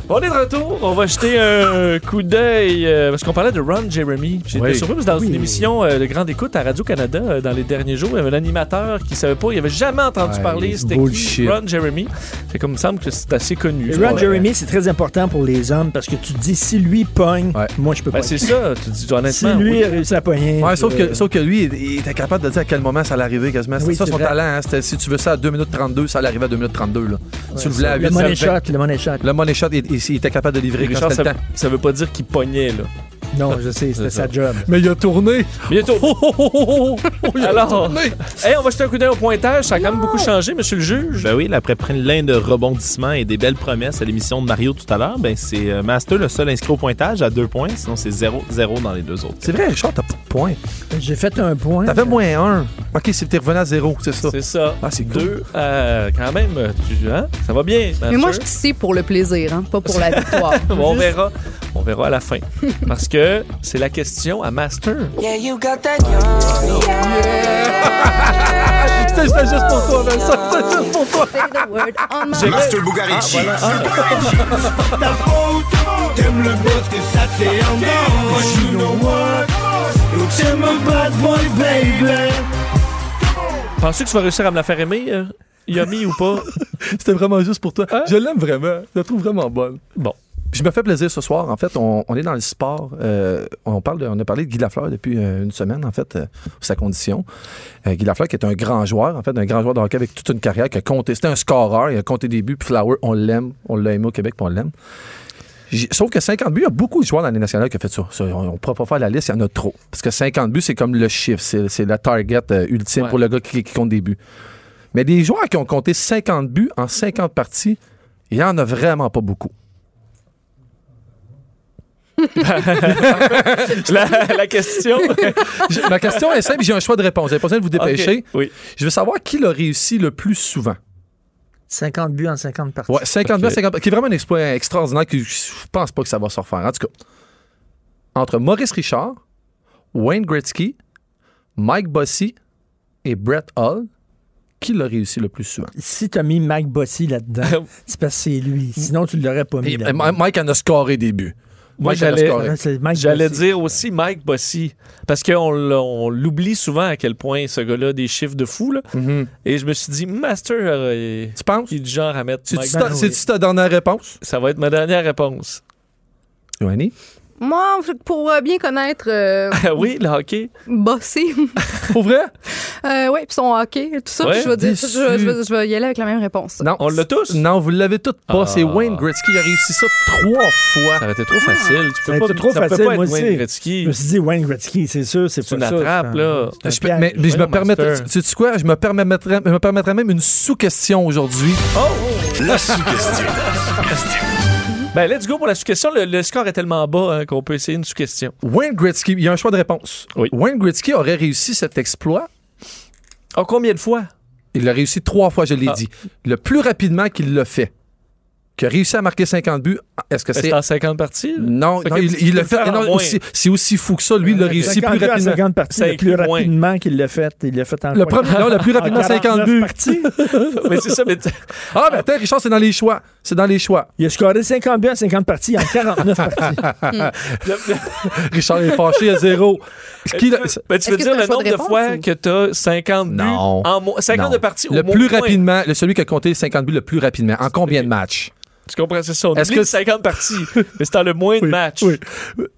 Speaker 4: On est de retour. On va jeter un coup d'œil. euh, parce qu'on parlait de Ron Jeremy. J'étais
Speaker 6: Oui.
Speaker 4: surpris parce que dans une émission euh, de grande écoute à Radio-Canada euh, dans les derniers jours, il y avait un animateur qui savait pas, il avait jamais entendu
Speaker 6: Ouais,
Speaker 4: parler. C'était qui
Speaker 6: bullshit.
Speaker 4: Ron Jeremy. C'est comme il me semble que c'est assez connu.
Speaker 3: Et
Speaker 4: Ouais.
Speaker 3: Ron Jeremy, c'est très important pour les hommes parce que tu te dis si lui pogne,
Speaker 6: Ouais.
Speaker 3: moi je peux
Speaker 4: Ben,
Speaker 3: pas.
Speaker 4: c'est ça, tu dis honnêtement.
Speaker 3: si lui
Speaker 4: oui.
Speaker 3: a réussi à pogner.
Speaker 6: Ouais, sauf
Speaker 3: euh,
Speaker 6: que, sauf que lui, il- il était capable de dire à quel moment ça l'arrivait quasiment. C'était
Speaker 3: Oui,
Speaker 6: ça
Speaker 3: c'est
Speaker 6: son
Speaker 3: vrai.
Speaker 6: talent. hein. C'était, si tu veux ça à 2 minutes 32, ça l'arrivait à 2 minutes 32. Là. tu le voulais à 8
Speaker 3: le money
Speaker 6: ça le fait.
Speaker 3: shot, le money shot.
Speaker 6: Le money shot, il, il- il était capable de livrer quand
Speaker 4: Richard,
Speaker 6: c'était
Speaker 4: ça,
Speaker 6: le temps.
Speaker 4: ça veut pas dire qu'il pognait, là.
Speaker 3: Non, je sais, c'était
Speaker 4: C'est ça.
Speaker 3: sa job.
Speaker 6: Mais il a tourné.
Speaker 4: Bientôt.
Speaker 6: Oh,
Speaker 4: Alors, hey, on va jeter un coup d'œil au pointage. Ça a quand même beaucoup changé, monsieur le juge.
Speaker 8: Ben oui, après plein de rebondissements et des belles promesses à l'émission de Mario tout à l'heure, ben c'est euh, Master le seul inscrit au pointage à deux points, sinon c'est 0-0 dans les deux autres.
Speaker 6: C'est vrai, Richard, t'as pas de points.
Speaker 3: J'ai fait un point.
Speaker 6: T'avais moins 1. Ok, c'est t'es revenu à 0, c'est ça.
Speaker 4: C'est ça.
Speaker 6: Ah, c'est cool.
Speaker 4: Deux, euh, quand même, tu, hein, ça va bien.
Speaker 5: Mais moi, je
Speaker 4: Mathieu.
Speaker 5: suis ici pour le plaisir, hein, pas pour la victoire.
Speaker 4: Bon, ben, on verra. On verra à la fin. Parce que c'est la question à Master.
Speaker 6: C'était c'était juste pour toi, Vincent. C'était juste pour toi.
Speaker 5: Say the word on my-
Speaker 2: Master Bugarici.
Speaker 4: Penses-tu que tu vas réussir à me la faire aimer, euh, Yummy, ou pas? Hein?
Speaker 6: C'était vraiment juste pour toi. Je l'aime vraiment. Je la trouve vraiment bonne.
Speaker 4: Bon.
Speaker 6: Je me fais plaisir ce soir. En fait, on, on est dans le sport. Euh, on, parle de- on a parlé de Guy Lafleur depuis euh, une semaine, en fait, euh, sa condition. Euh, Guy Lafleur, qui est un grand joueur, en fait, un grand joueur de hockey avec toute une carrière, qui a compté. C'était un scoreur, il a compté des buts, puis Flower, on l'aime. On l'a aimé au Québec, puis on l'aime. J'ai- Sauf que 50 buts, il y a beaucoup de joueurs dans les nationales qui ont fait ça. Ça, on ne pourra pas faire la liste, il y en a trop. Parce que 50 buts, c'est comme le chiffre, c'est c'est la target euh, ultime
Speaker 4: Ouais.
Speaker 6: pour le gars qui, qui compte des buts. Mais des joueurs qui ont compté 50 buts en 50 parties, il n'y en a vraiment pas beaucoup.
Speaker 4: La, la question.
Speaker 6: J'ai- Ma question est simple, j'ai un choix de réponse. J'ai pas besoin de vous dépêcher.
Speaker 4: Ok, Oui.
Speaker 6: Je veux savoir qui l'a réussi le plus souvent.
Speaker 3: 50 buts en 50 parties.
Speaker 6: Ouais, 50 buts,
Speaker 4: Ok.
Speaker 6: 50 qui est vraiment un exploit extraordinaire que je pense pas que ça va se refaire. En tout cas, entre Maurice Richard, Wayne Gretzky, Mike Bossy et Brett Hall, qui l'a réussi le plus souvent?
Speaker 3: Si t'as mis Mike Bossy là-dedans, c'est parce que c'est lui. Sinon, tu l'aurais pas mis.
Speaker 6: Et- et
Speaker 3: là-dedans.
Speaker 6: Ma- Mike en a scoré des buts.
Speaker 4: Moi,
Speaker 6: Mike en a
Speaker 4: j'allais-
Speaker 6: scoré.
Speaker 3: Ah, c'est Mike
Speaker 4: J'allais
Speaker 3: Bossy.
Speaker 4: dire aussi Mike Bossy, parce qu'on l'a- on l'oublie souvent à quel point ce gars-là a des chiffres de fou. Là.
Speaker 6: Mhm.
Speaker 4: Et je me suis dit, Master, euh,
Speaker 6: Tu penses?
Speaker 4: il est du genre à mettre Mike
Speaker 6: C'est-tu
Speaker 4: Bossy.
Speaker 6: ta, c'est-tu ta dernière réponse?
Speaker 4: Ça va être ma dernière réponse.
Speaker 6: Joanie?
Speaker 5: Moi, pour euh, bien connaître euh,
Speaker 4: Ah oui, le hockey.
Speaker 5: Bossy,
Speaker 6: Pour vrai?
Speaker 5: euh, ouais, puis son hockey, tout ça,
Speaker 4: Ouais,
Speaker 5: je vais dire, je,
Speaker 6: déçu.
Speaker 5: je vais- je vais y aller avec la même réponse.
Speaker 6: Non.
Speaker 4: On l'a tous?
Speaker 6: Non, vous l'avez toutes pas. C'est
Speaker 4: Ah.
Speaker 6: Wayne Gretzky qui a réussi ça trois fois.
Speaker 4: Ça aurait été trop facile. Tu
Speaker 3: Ah, Ça
Speaker 4: peux
Speaker 3: a
Speaker 4: pas,
Speaker 3: été trop
Speaker 4: ça peut
Speaker 3: facile,
Speaker 4: pas être
Speaker 3: moi
Speaker 4: Wayne
Speaker 3: aussi.
Speaker 4: Gretzky.
Speaker 3: Je me suis dit Wayne Gretzky, c'est sûr, c'est
Speaker 4: C'est
Speaker 3: pas
Speaker 4: une
Speaker 3: ça.
Speaker 4: attrape,
Speaker 3: c'est un-
Speaker 4: là.
Speaker 3: c'est un
Speaker 6: Je peux-
Speaker 3: piège.
Speaker 6: mais mais je me
Speaker 4: Voyons,
Speaker 6: permettrais,
Speaker 4: Master.
Speaker 6: tu sais quoi, je me permettrais, je me permettrais même une sous-question aujourd'hui.
Speaker 2: La sous-question.
Speaker 4: Ben, let's go pour la sous-question. Le, le score est tellement bas hein, qu'on peut essayer une sous-question.
Speaker 6: Wayne Gretzky, il y a un choix de réponse.
Speaker 4: Oui.
Speaker 6: Wayne Gretzky aurait réussi cet exploit.
Speaker 4: En combien de fois?
Speaker 6: Il l'a réussi trois fois, je l'ai
Speaker 4: Ah.
Speaker 6: dit. Le plus rapidement qu'il l'a fait. qui a réussi à marquer 50 buts, est-ce que c'est.
Speaker 4: C'est en 50 parties? là?
Speaker 6: Non,
Speaker 4: Fait
Speaker 6: non,
Speaker 4: que tu
Speaker 6: il, il
Speaker 4: peux
Speaker 6: l'a
Speaker 4: le faire
Speaker 6: fait.
Speaker 4: en
Speaker 6: non,
Speaker 4: moins.
Speaker 6: aussi- c'est aussi fou que ça. Lui, il l'a réussi plus
Speaker 3: 52 Euh, à
Speaker 6: rapidement.
Speaker 3: 50 parties,
Speaker 4: Ça
Speaker 3: le plus
Speaker 4: inclut moins.
Speaker 3: rapidement qu'il l'a fait. Il l'a fait en
Speaker 6: Le
Speaker 3: quoi?
Speaker 6: premier, non, le plus
Speaker 3: En
Speaker 6: rapidement, 50
Speaker 3: 49
Speaker 6: buts.
Speaker 3: parties.
Speaker 4: Mais c'est ça, mais t-
Speaker 6: Ah, ben, attends, Richard, c'est dans les choix. C'est dans les choix.
Speaker 3: Il a scoré 50 buts à 50 parties en 49 parties.
Speaker 6: Richard est fâché à zéro. Qui l'a-
Speaker 4: mais ben, tu
Speaker 5: Est-ce
Speaker 4: veux
Speaker 5: que
Speaker 4: dire
Speaker 5: c'est un
Speaker 4: le
Speaker 5: choix
Speaker 4: nombre
Speaker 5: de
Speaker 4: de
Speaker 5: réponse
Speaker 4: fois
Speaker 5: ou-
Speaker 4: que t'as 50 buts
Speaker 6: Non.
Speaker 4: en moins. 50
Speaker 6: Non.
Speaker 4: de parties
Speaker 6: Le
Speaker 4: au
Speaker 6: plus
Speaker 4: moins.
Speaker 6: rapidement, le- celui qui a compté 50 buts le plus rapidement. En combien de matchs?
Speaker 4: Tu comprends, c'est ça. On
Speaker 6: Est-ce
Speaker 4: oublie
Speaker 6: que-
Speaker 4: que 50 parties, mais c'est dans le moins de matchs.
Speaker 6: oui.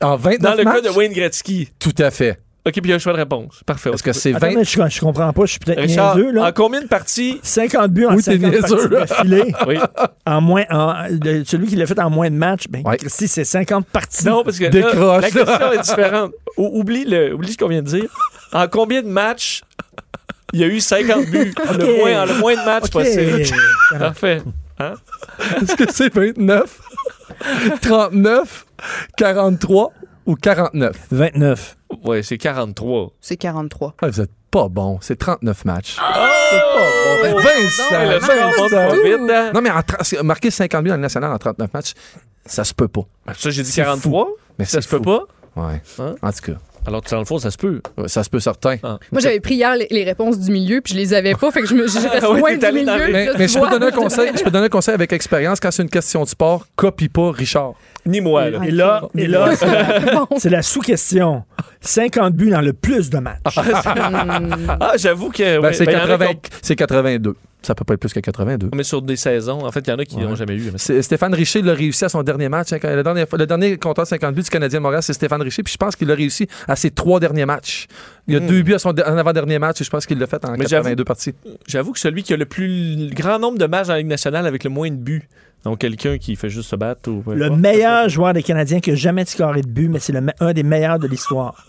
Speaker 6: En 29
Speaker 4: Dans le
Speaker 6: matchs?
Speaker 4: cas de Wayne Gretzky.
Speaker 6: Tout à fait.
Speaker 4: OK, puis il y a un choix de réponse. Parfait.
Speaker 6: Est-ce que c'est
Speaker 3: Attends,
Speaker 6: 20?
Speaker 3: mais je, je comprends pas, je suis peut-être
Speaker 4: Richard,
Speaker 3: niaiseux. Là.
Speaker 4: en combien de parties?
Speaker 3: 50 buts en
Speaker 6: Oui, t'es
Speaker 3: 50 parties
Speaker 6: niaiseux.
Speaker 3: d'affilée.
Speaker 4: Oui.
Speaker 3: en moins, en- le- celui qui l'a fait en moins de matchs, ben,
Speaker 6: Ouais.
Speaker 3: Christy, c'est 50 parties.
Speaker 4: Non, parce que là,
Speaker 6: Décroche,
Speaker 4: la question est différente. O- oublie, le, oublie ce qu'on vient de dire. En combien de matchs il y a eu 50 buts? Le, moins, le moins de matchs
Speaker 3: Ok.
Speaker 4: possible. Parfait. Hein?
Speaker 6: Est-ce que c'est 29, 39, 43 ou 49?
Speaker 3: 29.
Speaker 4: Ouais, c'est 43.
Speaker 5: C'est 43.
Speaker 6: Ah, vous êtes pas bon. C'est 39 matchs. C'est pas
Speaker 4: Oh,
Speaker 6: bon. Vincent,
Speaker 4: Le
Speaker 6: Vincent.
Speaker 4: score monte pas vite, hein?
Speaker 6: Non, mais en tra- c'est- marquer 50 buts dans le national en 39 matchs, ça se peut pas.
Speaker 4: Ah, Ça, j'ai dit
Speaker 6: C'est
Speaker 4: 43.
Speaker 6: Mais
Speaker 4: Ça
Speaker 6: c'est
Speaker 4: se peut
Speaker 6: fou.
Speaker 4: pas.
Speaker 6: Ouais.
Speaker 4: Hein?
Speaker 6: En tout cas,
Speaker 4: Alors, dans le fond, ça se peut.
Speaker 6: ouais, ça se peut certain.
Speaker 4: Ah.
Speaker 5: Moi, j'avais pris hier les, les réponses du milieu, puis je les avais pas, fait que je me j'ai resté
Speaker 4: Ah oui,
Speaker 5: loin
Speaker 4: t'es
Speaker 5: du
Speaker 4: allé dans
Speaker 5: milieu.
Speaker 4: les-
Speaker 5: là,
Speaker 6: Mais,
Speaker 5: tu
Speaker 6: mais je,
Speaker 5: vois.
Speaker 6: peux donner un conseil, je peux donner un conseil avec expérience. Quand c'est une question de sport, copie pas Richard.
Speaker 4: Ni moi, là.
Speaker 3: Et là, et là
Speaker 5: Bon.
Speaker 3: c'est la sous-question. 50 buts dans le plus de matchs.
Speaker 4: Ah, j'avoue que.
Speaker 6: Ben,
Speaker 4: ouais,
Speaker 6: c'est
Speaker 4: ben, il y en a
Speaker 6: 80
Speaker 4: qui ont-
Speaker 6: c'est 82. Ça peut pas être plus que 82.
Speaker 4: Mais sur des saisons, en fait, il y en a qui n'ont jamais eu. mais c'est-
Speaker 6: C'est- Stéphane Richer l'a réussi à son dernier match. hein, quand- Le dernier, le dernier compteur de 50 buts du Canadien de Montréal, c'est Stéphane Richer. Puis je pense qu'il l'a réussi à ses trois derniers matchs. Il y a deux buts à son de- en avant-dernier match et je pense qu'il l'a fait en
Speaker 4: Hmm. Mais
Speaker 6: 82 parties.
Speaker 4: J'avoue que celui qui a le plus grand nombre de matchs dans la Ligue nationale avec le moins de buts, donc quelqu'un qui fait juste se battre ou. peu
Speaker 3: Le
Speaker 4: importe.
Speaker 3: meilleur joueur des Canadiens qui a jamais scoré de but, mais c'est le me- un des meilleurs de l'histoire.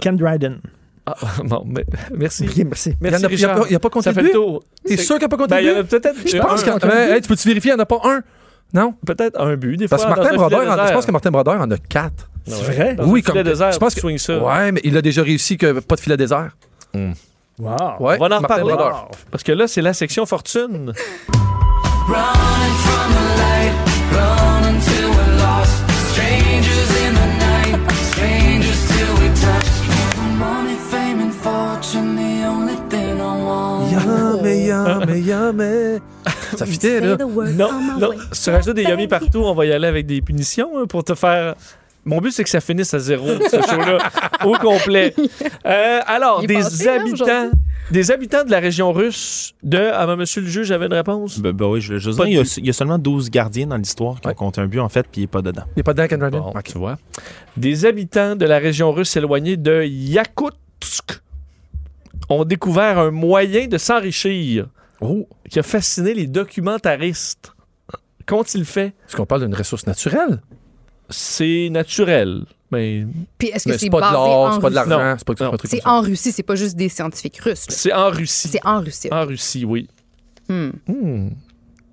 Speaker 3: Ken Dryden.
Speaker 4: Ah, bon, mais- merci.
Speaker 3: Ok, merci.
Speaker 6: Il y en a-
Speaker 4: Merci,
Speaker 6: il y a,
Speaker 4: Richard.
Speaker 6: pas- il y a pas compté
Speaker 4: Ça
Speaker 6: de
Speaker 4: fait le
Speaker 6: but?
Speaker 4: tour.
Speaker 6: T'es
Speaker 4: C'est-
Speaker 6: sûr qu'il n'y a pas compté
Speaker 4: Ben, il y
Speaker 6: de
Speaker 4: en a
Speaker 6: but?
Speaker 4: peut-être.
Speaker 6: Je pense
Speaker 4: un-
Speaker 6: qu'il y en a-
Speaker 4: un-
Speaker 6: hey, Tu peux-tu vérifier? Il n'y en a pas un? Non?
Speaker 4: Peut-être un but, des
Speaker 6: Parce que
Speaker 4: fois.
Speaker 6: Martin
Speaker 4: dans un filet
Speaker 6: Brodeur, en-
Speaker 4: désert.
Speaker 6: je pense que Martin Brodeur en a quatre.
Speaker 4: Ouais.
Speaker 3: C'est vrai?
Speaker 4: Dans un
Speaker 6: Oui,
Speaker 4: filet
Speaker 6: comme-
Speaker 4: désert,
Speaker 6: je pense
Speaker 4: tu
Speaker 6: que-
Speaker 4: swings ça.
Speaker 6: Ouais, mais il a déjà réussi que pas de filet désert.
Speaker 3: Wow.
Speaker 6: Ouais,
Speaker 4: On va en
Speaker 6: Martin
Speaker 4: reparler.
Speaker 6: Brodeur.
Speaker 4: Parce que là, c'est la section fortune.
Speaker 6: Yamé, yamé, yamé. Ça fitait, là.
Speaker 4: Non, non. Si tu rajoutes des yummy partout, on va y aller avec des punitions hein, pour te faire. Mon but, c'est que ça finisse à zéro, ce show-là, au complet. Euh, alors,
Speaker 5: Il est
Speaker 4: des
Speaker 5: passé, hein,
Speaker 4: habitants.
Speaker 5: aujourd'hui.
Speaker 4: Des habitants de la région russe de. Ah, ben, monsieur le juge, j'avais une réponse.
Speaker 8: Ben, ben oui, je l'ai juste
Speaker 4: Pas
Speaker 8: dit. Il y,
Speaker 4: de-
Speaker 8: a, il y a seulement 12 gardiens dans l'histoire qui
Speaker 6: Ouais.
Speaker 8: ont compté un but, en fait, puis il n'est pas dedans.
Speaker 6: Il n'y a pas de Duncan Ryder?
Speaker 4: Bon,
Speaker 6: Ok.
Speaker 4: tu vois. Des habitants de la région russe éloignée de Yakoutsk ont découvert un moyen de s'enrichir
Speaker 6: Oh,
Speaker 4: qui a fasciné les documentaristes. Qu'ont-ils fait?
Speaker 6: est-ce qu'on parle d'une ressource naturelle?
Speaker 4: C'est naturel. Ben, Mais
Speaker 5: Puis est-ce que
Speaker 6: Mais
Speaker 5: c'est
Speaker 6: c'est pas de
Speaker 5: basé
Speaker 6: l'or,
Speaker 5: en
Speaker 6: c'est pas de
Speaker 5: Russie?
Speaker 6: l'argent, c'est pas c'est
Speaker 4: Non.
Speaker 6: pas un truc comme
Speaker 5: C'est
Speaker 6: ça.
Speaker 5: en Russie, c'est pas juste des scientifiques russes. là.
Speaker 4: c'est en Russie.
Speaker 5: C'est en Russie.
Speaker 6: Ah.
Speaker 4: En Russie, oui.
Speaker 5: Hmm.
Speaker 4: Hmm.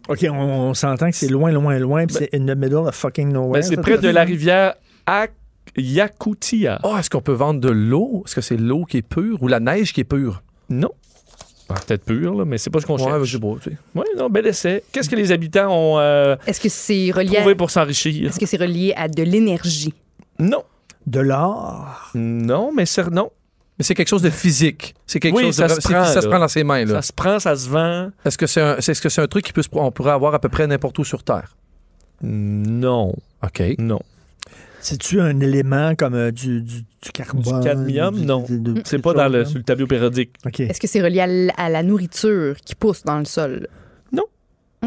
Speaker 3: OK, on, on s'entend que c'est loin, loin, loin, puis c'est in the middle of fucking nowhere.
Speaker 4: Ben, c'est
Speaker 3: ça,
Speaker 4: près
Speaker 3: t'as
Speaker 4: de
Speaker 3: dit.
Speaker 4: la rivière Ak- Yakutia.
Speaker 5: Oh.
Speaker 6: Ah, est-ce qu'on peut vendre de l'eau? Est-ce que c'est l'eau qui est pure ou la neige qui est pure?
Speaker 4: Non. Ah, Peut-être pur, là, mais c'est pas ce qu'on
Speaker 6: Ouais,
Speaker 4: cherche.
Speaker 6: je sais pas, tu sais.
Speaker 4: Ouais, non, bel essai. Qu'est-ce que les habitants ont euh,
Speaker 5: Est-ce que c'est relié à...
Speaker 4: trouvé pour s'enrichir?
Speaker 5: Est-ce que c'est relié à de l'énergie?
Speaker 4: Non.
Speaker 3: De l'or.
Speaker 4: Non, mais c'est... Non.
Speaker 6: Mais c'est quelque chose de physique. C'est quelque
Speaker 4: Oui,
Speaker 6: chose
Speaker 4: ça
Speaker 6: de
Speaker 4: se
Speaker 6: c'est-
Speaker 4: prend,
Speaker 6: ça
Speaker 4: là.
Speaker 6: se prend dans ses mains. Là.
Speaker 4: Ça se prend, ça se vend.
Speaker 6: Est-ce que c'est un, c'est- est-ce que c'est un truc qui peut se- on pourrait avoir à peu près n'importe où sur Terre?
Speaker 4: Non.
Speaker 6: OK.
Speaker 4: Non.
Speaker 3: C'est-tu un élément comme euh, du, du, du carbone?
Speaker 4: Du cadmium? Non.
Speaker 3: de-
Speaker 4: C'est
Speaker 3: de-
Speaker 4: pas
Speaker 3: de-
Speaker 4: dans le, sur le tableau périodique.
Speaker 3: OK.
Speaker 5: Est-ce que c'est relié à l- à la nourriture qui pousse dans le sol?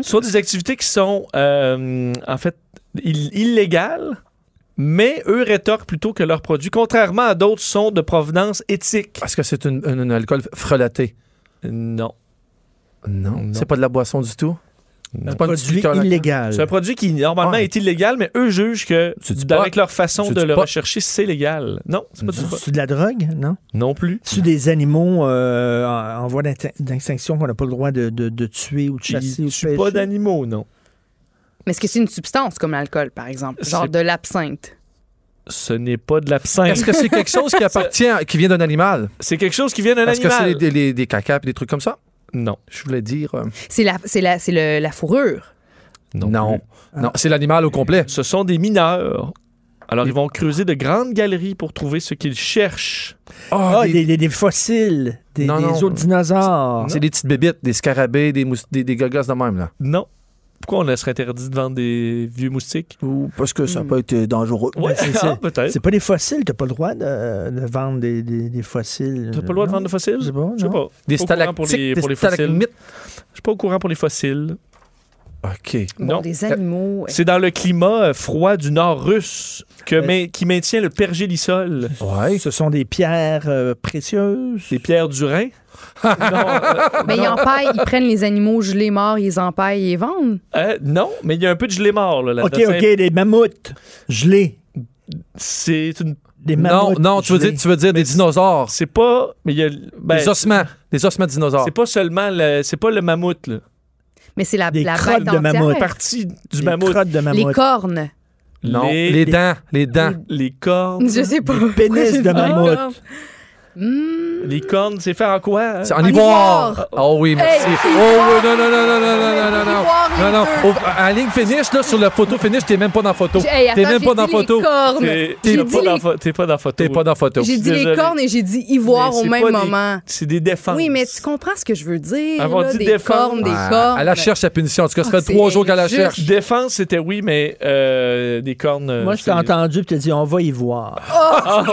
Speaker 4: Soit des activités qui sont, euh, en fait, ill- illégales, mais eux rétorquent plutôt que leurs produits, contrairement à d'autres, sont de provenance éthique.
Speaker 6: Est-ce que c'est une- un, un alcool frelaté?
Speaker 4: Non.
Speaker 6: Non.
Speaker 4: Non.
Speaker 6: C'est pas de la boisson du tout? C'est pas
Speaker 3: Un
Speaker 6: une
Speaker 3: produit
Speaker 6: liqueur-
Speaker 3: illégal.
Speaker 4: C'est un produit qui, normalement,
Speaker 6: Ouais.
Speaker 4: est illégal, mais eux jugent que,
Speaker 6: C'est du
Speaker 4: avec
Speaker 6: pot.
Speaker 4: leur façon
Speaker 6: C'est
Speaker 4: de
Speaker 6: du
Speaker 4: le
Speaker 6: pot.
Speaker 4: rechercher, c'est légal. Non, c'est pas du pot.
Speaker 3: C'est de la drogue, non?
Speaker 4: Non plus.
Speaker 3: C'est des animaux euh, en en voie d'int- d'extinction qu'on n'a pas le droit de, de- de tuer ou de chasser
Speaker 4: Ils
Speaker 3: ou de
Speaker 6: Ben,
Speaker 4: tuent pas
Speaker 3: pêcher?
Speaker 4: d'animaux, non.
Speaker 5: Mais est-ce que c'est une substance comme l'alcool, par exemple?
Speaker 4: C'est-
Speaker 5: Genre de l'absinthe?
Speaker 4: Ce n'est pas de l'absinthe.
Speaker 6: Est-ce que c'est quelque chose qui appartient, à- qui vient d'un animal?
Speaker 4: C'est quelque chose qui vient d'un
Speaker 6: Est-ce que c'est
Speaker 4: animal.
Speaker 6: des, des, des cacas et des trucs comme ça?
Speaker 4: Non.
Speaker 6: Je voulais dire. euh,
Speaker 5: C'est la, c'est la, c'est le- la fourrure.
Speaker 6: Non. Non. C'est l'animal au complet.
Speaker 4: Ce sont des mineurs. Alors, ils vont creuser de grandes galeries pour trouver ce qu'ils cherchent.
Speaker 3: Ah, des, des- des fossiles, des,
Speaker 6: Non,
Speaker 3: des
Speaker 6: non.
Speaker 3: autres dinosaures.
Speaker 6: C'est des petites bébites, des scarabées, des, mous- des, des gogosses de même, là.
Speaker 4: Non. Pourquoi on serait interdit de vendre des vieux moustiques?
Speaker 6: Ou parce que ça peut être dangereux.
Speaker 4: Ouais,
Speaker 3: Ben, c'est
Speaker 4: ah,
Speaker 3: ça.
Speaker 4: peut-être.
Speaker 3: C'est pas des fossiles, t'as pas le droit de, de vendre des, des- des fossiles.
Speaker 4: T'as pas le droit de vendre de fossiles?
Speaker 3: Je sais pas,
Speaker 4: Je sais
Speaker 3: non.
Speaker 4: pas.
Speaker 6: Des
Speaker 4: Pas au courant pour les-
Speaker 6: stalactites,
Speaker 4: pour
Speaker 6: des
Speaker 4: les fossiles.
Speaker 6: stalagmites.
Speaker 4: Je suis pas au courant pour les fossiles.
Speaker 6: OK.
Speaker 4: Non.
Speaker 5: Bon, des animaux.
Speaker 4: C'est dans le climat euh, froid du nord russe que
Speaker 3: Euh,
Speaker 4: main- qui maintient le pergélisol.
Speaker 6: Ouais.
Speaker 3: Ce sont des pierres euh, précieuses.
Speaker 4: Des pierres du Rhin. non, euh,
Speaker 5: Ben, ils empaillent, ils prennent les animaux gelés morts, ils les empaillent et les vendent.
Speaker 4: euh, non, mais il y a un peu de gelée mort là,
Speaker 3: OK,
Speaker 4: là-dedans.
Speaker 3: OK, des mammouths gelés.
Speaker 4: C'est une-
Speaker 3: Des
Speaker 6: Non,
Speaker 3: mammouths
Speaker 6: non, tu veux
Speaker 3: gelés.
Speaker 6: dire, tu veux dire des dinosaures.
Speaker 4: c'est pas mais il y a ben,
Speaker 6: des ossements. Des ossements de dinosaures.
Speaker 4: c'est pas seulement le, c'est pas le mammouth là.
Speaker 5: Mais c'est la,
Speaker 3: Des
Speaker 5: la
Speaker 3: crottes
Speaker 5: bête
Speaker 3: de
Speaker 5: entière.
Speaker 3: mammouth.
Speaker 4: Partie du
Speaker 3: Des
Speaker 4: mammouth,
Speaker 3: crottes de
Speaker 5: Les
Speaker 3: mammouth. Euh,
Speaker 5: cornes.
Speaker 6: Non.
Speaker 4: les,
Speaker 6: Les, dents. Les dents.
Speaker 4: les cornes.
Speaker 5: Je sais pas.
Speaker 3: Pénis de mammouth.
Speaker 4: Ah,
Speaker 5: Hmm.
Speaker 4: les cornes, c'est faire en quoi hein?
Speaker 6: C'est en
Speaker 5: En
Speaker 6: ivoire.
Speaker 5: ivoire.
Speaker 6: Oh oui, merci.
Speaker 5: Hey,
Speaker 6: oh
Speaker 5: ivoire.
Speaker 6: oui, non, non, non, non, non, non, non, non, non.
Speaker 5: Ivoire, les
Speaker 6: Non, non.
Speaker 5: deux.
Speaker 6: Au- en ligne finish, là, sur la photo finish, t'es même pas dans la photo.
Speaker 5: J'ai- hey,
Speaker 6: t'es
Speaker 5: attends,
Speaker 6: même
Speaker 5: j'ai
Speaker 6: pas dans la
Speaker 5: dit les
Speaker 6: photo.
Speaker 5: cornes.
Speaker 4: T'es
Speaker 5: J'ai
Speaker 4: t'es
Speaker 5: dit
Speaker 4: pas,
Speaker 5: les-
Speaker 4: dans fa- t'es pas dans la photo.
Speaker 6: T'es pas dans la photo.
Speaker 5: J'ai dit les
Speaker 4: Désolé.
Speaker 5: cornes et j'ai dit
Speaker 4: Mais
Speaker 5: ivoire au
Speaker 4: c'est
Speaker 5: même
Speaker 4: pas des-
Speaker 5: moment.
Speaker 4: C'est des défenses.
Speaker 5: Oui, mais tu comprends ce que je veux dire.
Speaker 4: Avant,
Speaker 5: là,
Speaker 4: dis
Speaker 5: des
Speaker 4: défense.
Speaker 5: cornes, des
Speaker 6: Ah,
Speaker 5: cornes.
Speaker 6: Elle la cherche sa punition. En tout cas, ça
Speaker 5: Ah,
Speaker 6: fait trois
Speaker 5: c'est
Speaker 6: jours qu'elle la
Speaker 5: injuste.
Speaker 6: cherche.
Speaker 4: Défense, c'était oui, mais euh, des cornes. euh,
Speaker 3: Moi, je
Speaker 4: c'est-
Speaker 3: t'ai entendu et t'ai dit, on va y voir. Ah!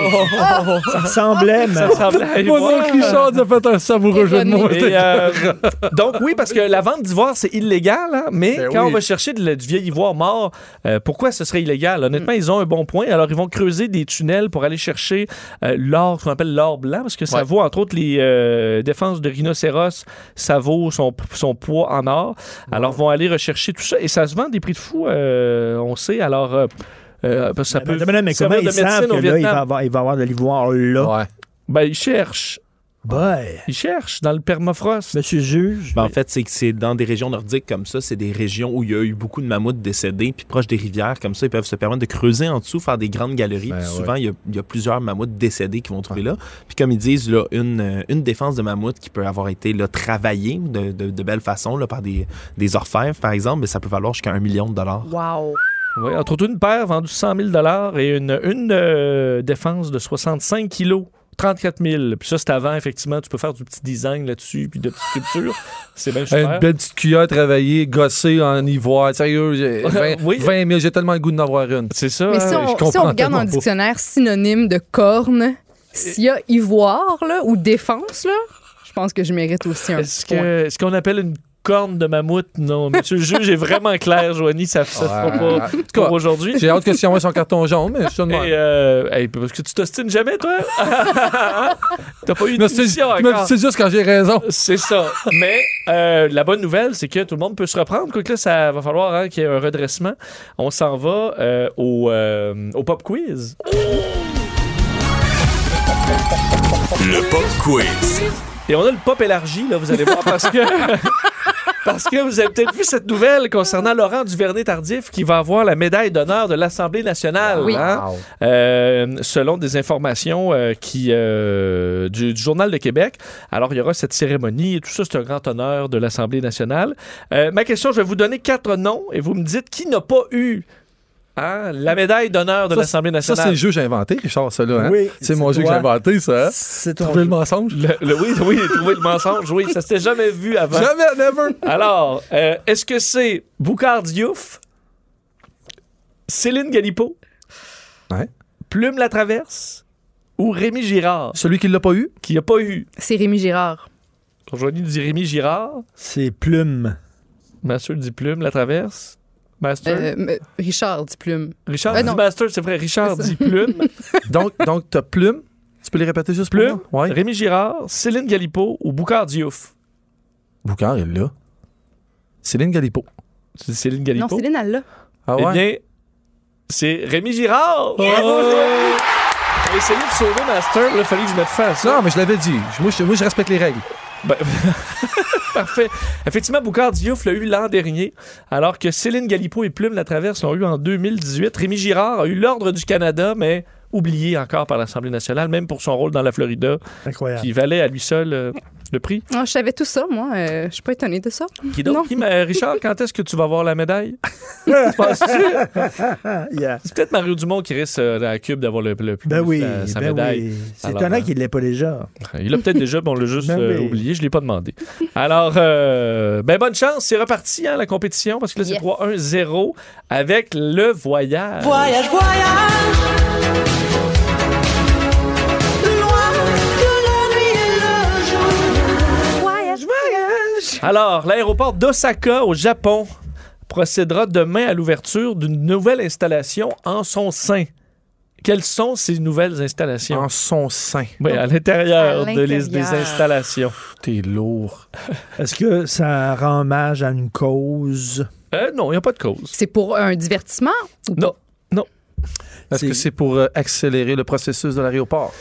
Speaker 3: Ça ressemblait, mais...
Speaker 4: Ah! Ça ressemble à
Speaker 6: Moi,
Speaker 4: ivoire.
Speaker 6: Richard, ça fait un savoureux jeu de mots.
Speaker 4: Et, euh, donc oui, parce que la vente d'ivoire, c'est illégal, hein, mais
Speaker 6: Ben
Speaker 4: quand
Speaker 6: oui.
Speaker 4: on va chercher de la- du vieil ivoire mort, euh, pourquoi ce serait illégal?
Speaker 3: Mm.
Speaker 4: Honnêtement, ils ont un bon point. Alors, ils vont creuser des tunnels pour aller chercher euh, l'or, ce qu'on appelle l'or blanc, parce que ça
Speaker 6: Ouais.
Speaker 4: vaut, entre autres, les euh, défenses de rhinocéros, ça vaut son, son poids en or. Alors, vont aller rechercher tout ça. Et ça se vend des prix de fou, euh, on sait. Alors... euh, euh, parce que ça
Speaker 3: Mais,
Speaker 4: peut
Speaker 3: madame, Ben, mais comment
Speaker 4: servir
Speaker 3: ils
Speaker 4: de
Speaker 3: savent
Speaker 4: médecine
Speaker 3: que
Speaker 4: au
Speaker 3: là, il va
Speaker 4: Vietnam.
Speaker 3: avoir, il va avoir de l'ivoire là? Oh
Speaker 6: Ouais.
Speaker 4: Ben, ils cherchent.
Speaker 3: Boy,
Speaker 4: Ils cherchent dans le permafrost.
Speaker 3: monsieur le juge,
Speaker 8: Ben, en fait, c'est que c'est dans des régions nordiques comme ça, c'est des régions où il y a eu beaucoup de mammouths décédés, puis proche des rivières comme ça, ils peuvent se permettre de creuser en dessous, faire des grandes galeries.
Speaker 6: Ben
Speaker 8: puis
Speaker 6: ouais.
Speaker 8: souvent, il y, a, il y a plusieurs mammouths décédés qui vont trouver là. Puis comme ils disent, là, une, euh, une défense de mammouth qui peut avoir été là, travaillée de, de, de belle façon là, par des, des orfèvres, par exemple, mais ça peut valoir jusqu'à un million de dollars.
Speaker 5: Wow.
Speaker 4: Oui, entre autres, une paire vendue 100 000 et une, une euh, défense de 65 kilos. 34 000. Puis ça, c'est avant, effectivement. Tu peux faire du petit design là-dessus, puis de petites sculptures. C'est bien super.
Speaker 6: Une belle petite cuillère travaillée, gossée en ivoire. Sérieux, j'ai- 20,
Speaker 4: Oui.
Speaker 6: 20 000, j'ai tellement le goût d'en avoir une.
Speaker 4: C'est ça.
Speaker 5: Mais
Speaker 4: hein?
Speaker 5: si on,
Speaker 6: comprends
Speaker 5: si on regarde
Speaker 6: tellement
Speaker 5: dans le
Speaker 6: pas.
Speaker 5: dictionnaire synonyme de corne, s'il y a ivoire là, ou défense, là, je pense que je mérite aussi un
Speaker 4: Est-ce
Speaker 5: petit point.
Speaker 4: que- est-ce qu'on appelle une corne de mammouth? Non. Monsieur le juge est vraiment clair, Joanie. Ça ne se fera
Speaker 6: Ouais.
Speaker 4: pas
Speaker 6: En tout cas,
Speaker 4: pour aujourd'hui.
Speaker 6: J'ai hâte que si on voit son carton jaune, mais je suis de même.
Speaker 4: Et, euh, hey, parce que tu t'ostines jamais, toi? T'as pas eu de
Speaker 6: Mais c'est
Speaker 4: mission
Speaker 6: mais
Speaker 4: encore.
Speaker 6: c'est juste quand j'ai raison.
Speaker 4: C'est ça. Mais euh, la bonne nouvelle, c'est que tout le monde peut se reprendre. Quoique là, ça va falloir hein, qu'il y ait un redressement. On s'en va euh, au, euh, au pop quiz.
Speaker 2: Le pop quiz.
Speaker 4: Et on a le pop élargi, là, vous allez voir, parce que. Parce que vous avez peut-être vu cette nouvelle concernant Laurent Duvernay-Tardif qui va avoir la médaille d'honneur de l'Assemblée nationale.
Speaker 5: Oui.
Speaker 4: hein? Euh, selon des informations euh, qui, euh, du, du Journal de Québec. Alors, il y aura cette cérémonie et tout ça, c'est un grand honneur de l'Assemblée nationale. Euh, ma question, je vais vous donner quatre noms et vous me dites qui n'a pas eu hein, la médaille d'honneur de
Speaker 6: Ça,
Speaker 4: l'Assemblée
Speaker 6: Ça, c'est le
Speaker 4: nationale.
Speaker 6: jeu que j'ai inventé, Richard, ça, là. hein?
Speaker 3: Oui,
Speaker 6: C'est mon
Speaker 3: c'est
Speaker 6: jeu que
Speaker 3: toi.
Speaker 6: j'ai inventé, ça. hein?
Speaker 3: c'est ton
Speaker 6: Trouver le mensonge?
Speaker 4: Le- le- oui, oui, trouver le mensonge, oui, ça s'était jamais vu avant.
Speaker 6: Jamais, never!
Speaker 4: Alors, euh, est-ce que c'est Boucard Diouf, Céline Galipo,
Speaker 6: Ouais.
Speaker 4: Plume la Traverse ou Rémi Girard,
Speaker 6: Celui qui l'a pas eu?
Speaker 4: qui n'a pas eu
Speaker 5: C'est Rémi Girard.
Speaker 4: Joanie dit Rémi Girard.
Speaker 3: C'est plume.
Speaker 4: Master dit Plume, La Traverse. Master.
Speaker 5: Euh, m- Richard dit plume.
Speaker 4: Richard
Speaker 5: ben
Speaker 4: dit
Speaker 5: non.
Speaker 4: Master, c'est vrai. Richard dit Plume.
Speaker 6: Donc, donc t'as Plume. Tu peux les répéter juste pour
Speaker 4: Plume,
Speaker 6: moi? Ouais.
Speaker 4: Rémi Girard, Céline Galipo ou Boucard Diouf.
Speaker 6: Boucard, il l'a. Céline Galipo.
Speaker 4: Tu dis Céline
Speaker 5: Non,
Speaker 4: Galipo.
Speaker 5: Céline, elle l'a.
Speaker 6: Ah
Speaker 4: Eh
Speaker 6: ouais? Oh!
Speaker 4: bien, c'est Rémi Girard. Bravo, Joanie. J'ai essayé de sauver Master. Là, fallait que je me fasse.
Speaker 6: non, mais je l'avais dit. Je- Moi je, moi, je respecte les règles.
Speaker 4: Ben, parfait. Effectivement, Boucard Diouf l'a eu l'an dernier, alors que Céline Galipo et Plume La Traverse l'ont eu en 2018. Rémi Girard a eu l'Ordre du Canada, mais oublié encore par l'Assemblée nationale, même pour son rôle dans la Florida,
Speaker 3: Incroyable.
Speaker 4: qui valait à lui seul euh, le prix.
Speaker 5: Ah, je savais tout ça, moi. Euh, je suis pas étonnée de ça.
Speaker 4: Qui donc?
Speaker 5: Non.
Speaker 4: Qui, mais, Richard, quand est-ce que tu vas voir la médaille? Tu penses-tu?
Speaker 3: Yeah.
Speaker 4: C'est peut-être Mario Dumont qui risque euh, à la Cube d'avoir le, le plus
Speaker 3: Ben oui,
Speaker 4: euh, sa
Speaker 3: ben
Speaker 4: médaille.
Speaker 3: oui. C'est
Speaker 4: Alors,
Speaker 3: étonnant
Speaker 4: euh,
Speaker 3: qu'il ne l'ait pas déjà.
Speaker 4: Il l'a peut-être déjà, mais on l'a juste
Speaker 3: Ben
Speaker 4: euh,
Speaker 3: oui.
Speaker 4: oublié. Je ne l'ai pas demandé. Alors, euh, ben bonne chance. C'est reparti, hein, la compétition, parce que là, c'est
Speaker 7: Yes.
Speaker 4: 3-1-0 avec le voyage.
Speaker 9: Voyage, voyage, loin de la nuit et le jour.
Speaker 4: Alors, l'aéroport d'Osaka, au Japon, procédera demain à l'ouverture d'une nouvelle installation en son sein. Quelles sont ces nouvelles installations?
Speaker 6: En son sein.
Speaker 4: Oui, à l'intérieur
Speaker 5: À
Speaker 4: de l'is- des
Speaker 5: l'intérieur.
Speaker 4: installations.
Speaker 6: T'es lourd.
Speaker 3: Est-ce que ça rend hommage à une cause?
Speaker 4: Euh, non, il n'y a pas de cause.
Speaker 5: C'est pour un divertissement?
Speaker 4: Non.
Speaker 6: Est-ce que
Speaker 3: C'est-
Speaker 6: c'est pour euh, accélérer le processus de l'aéroport?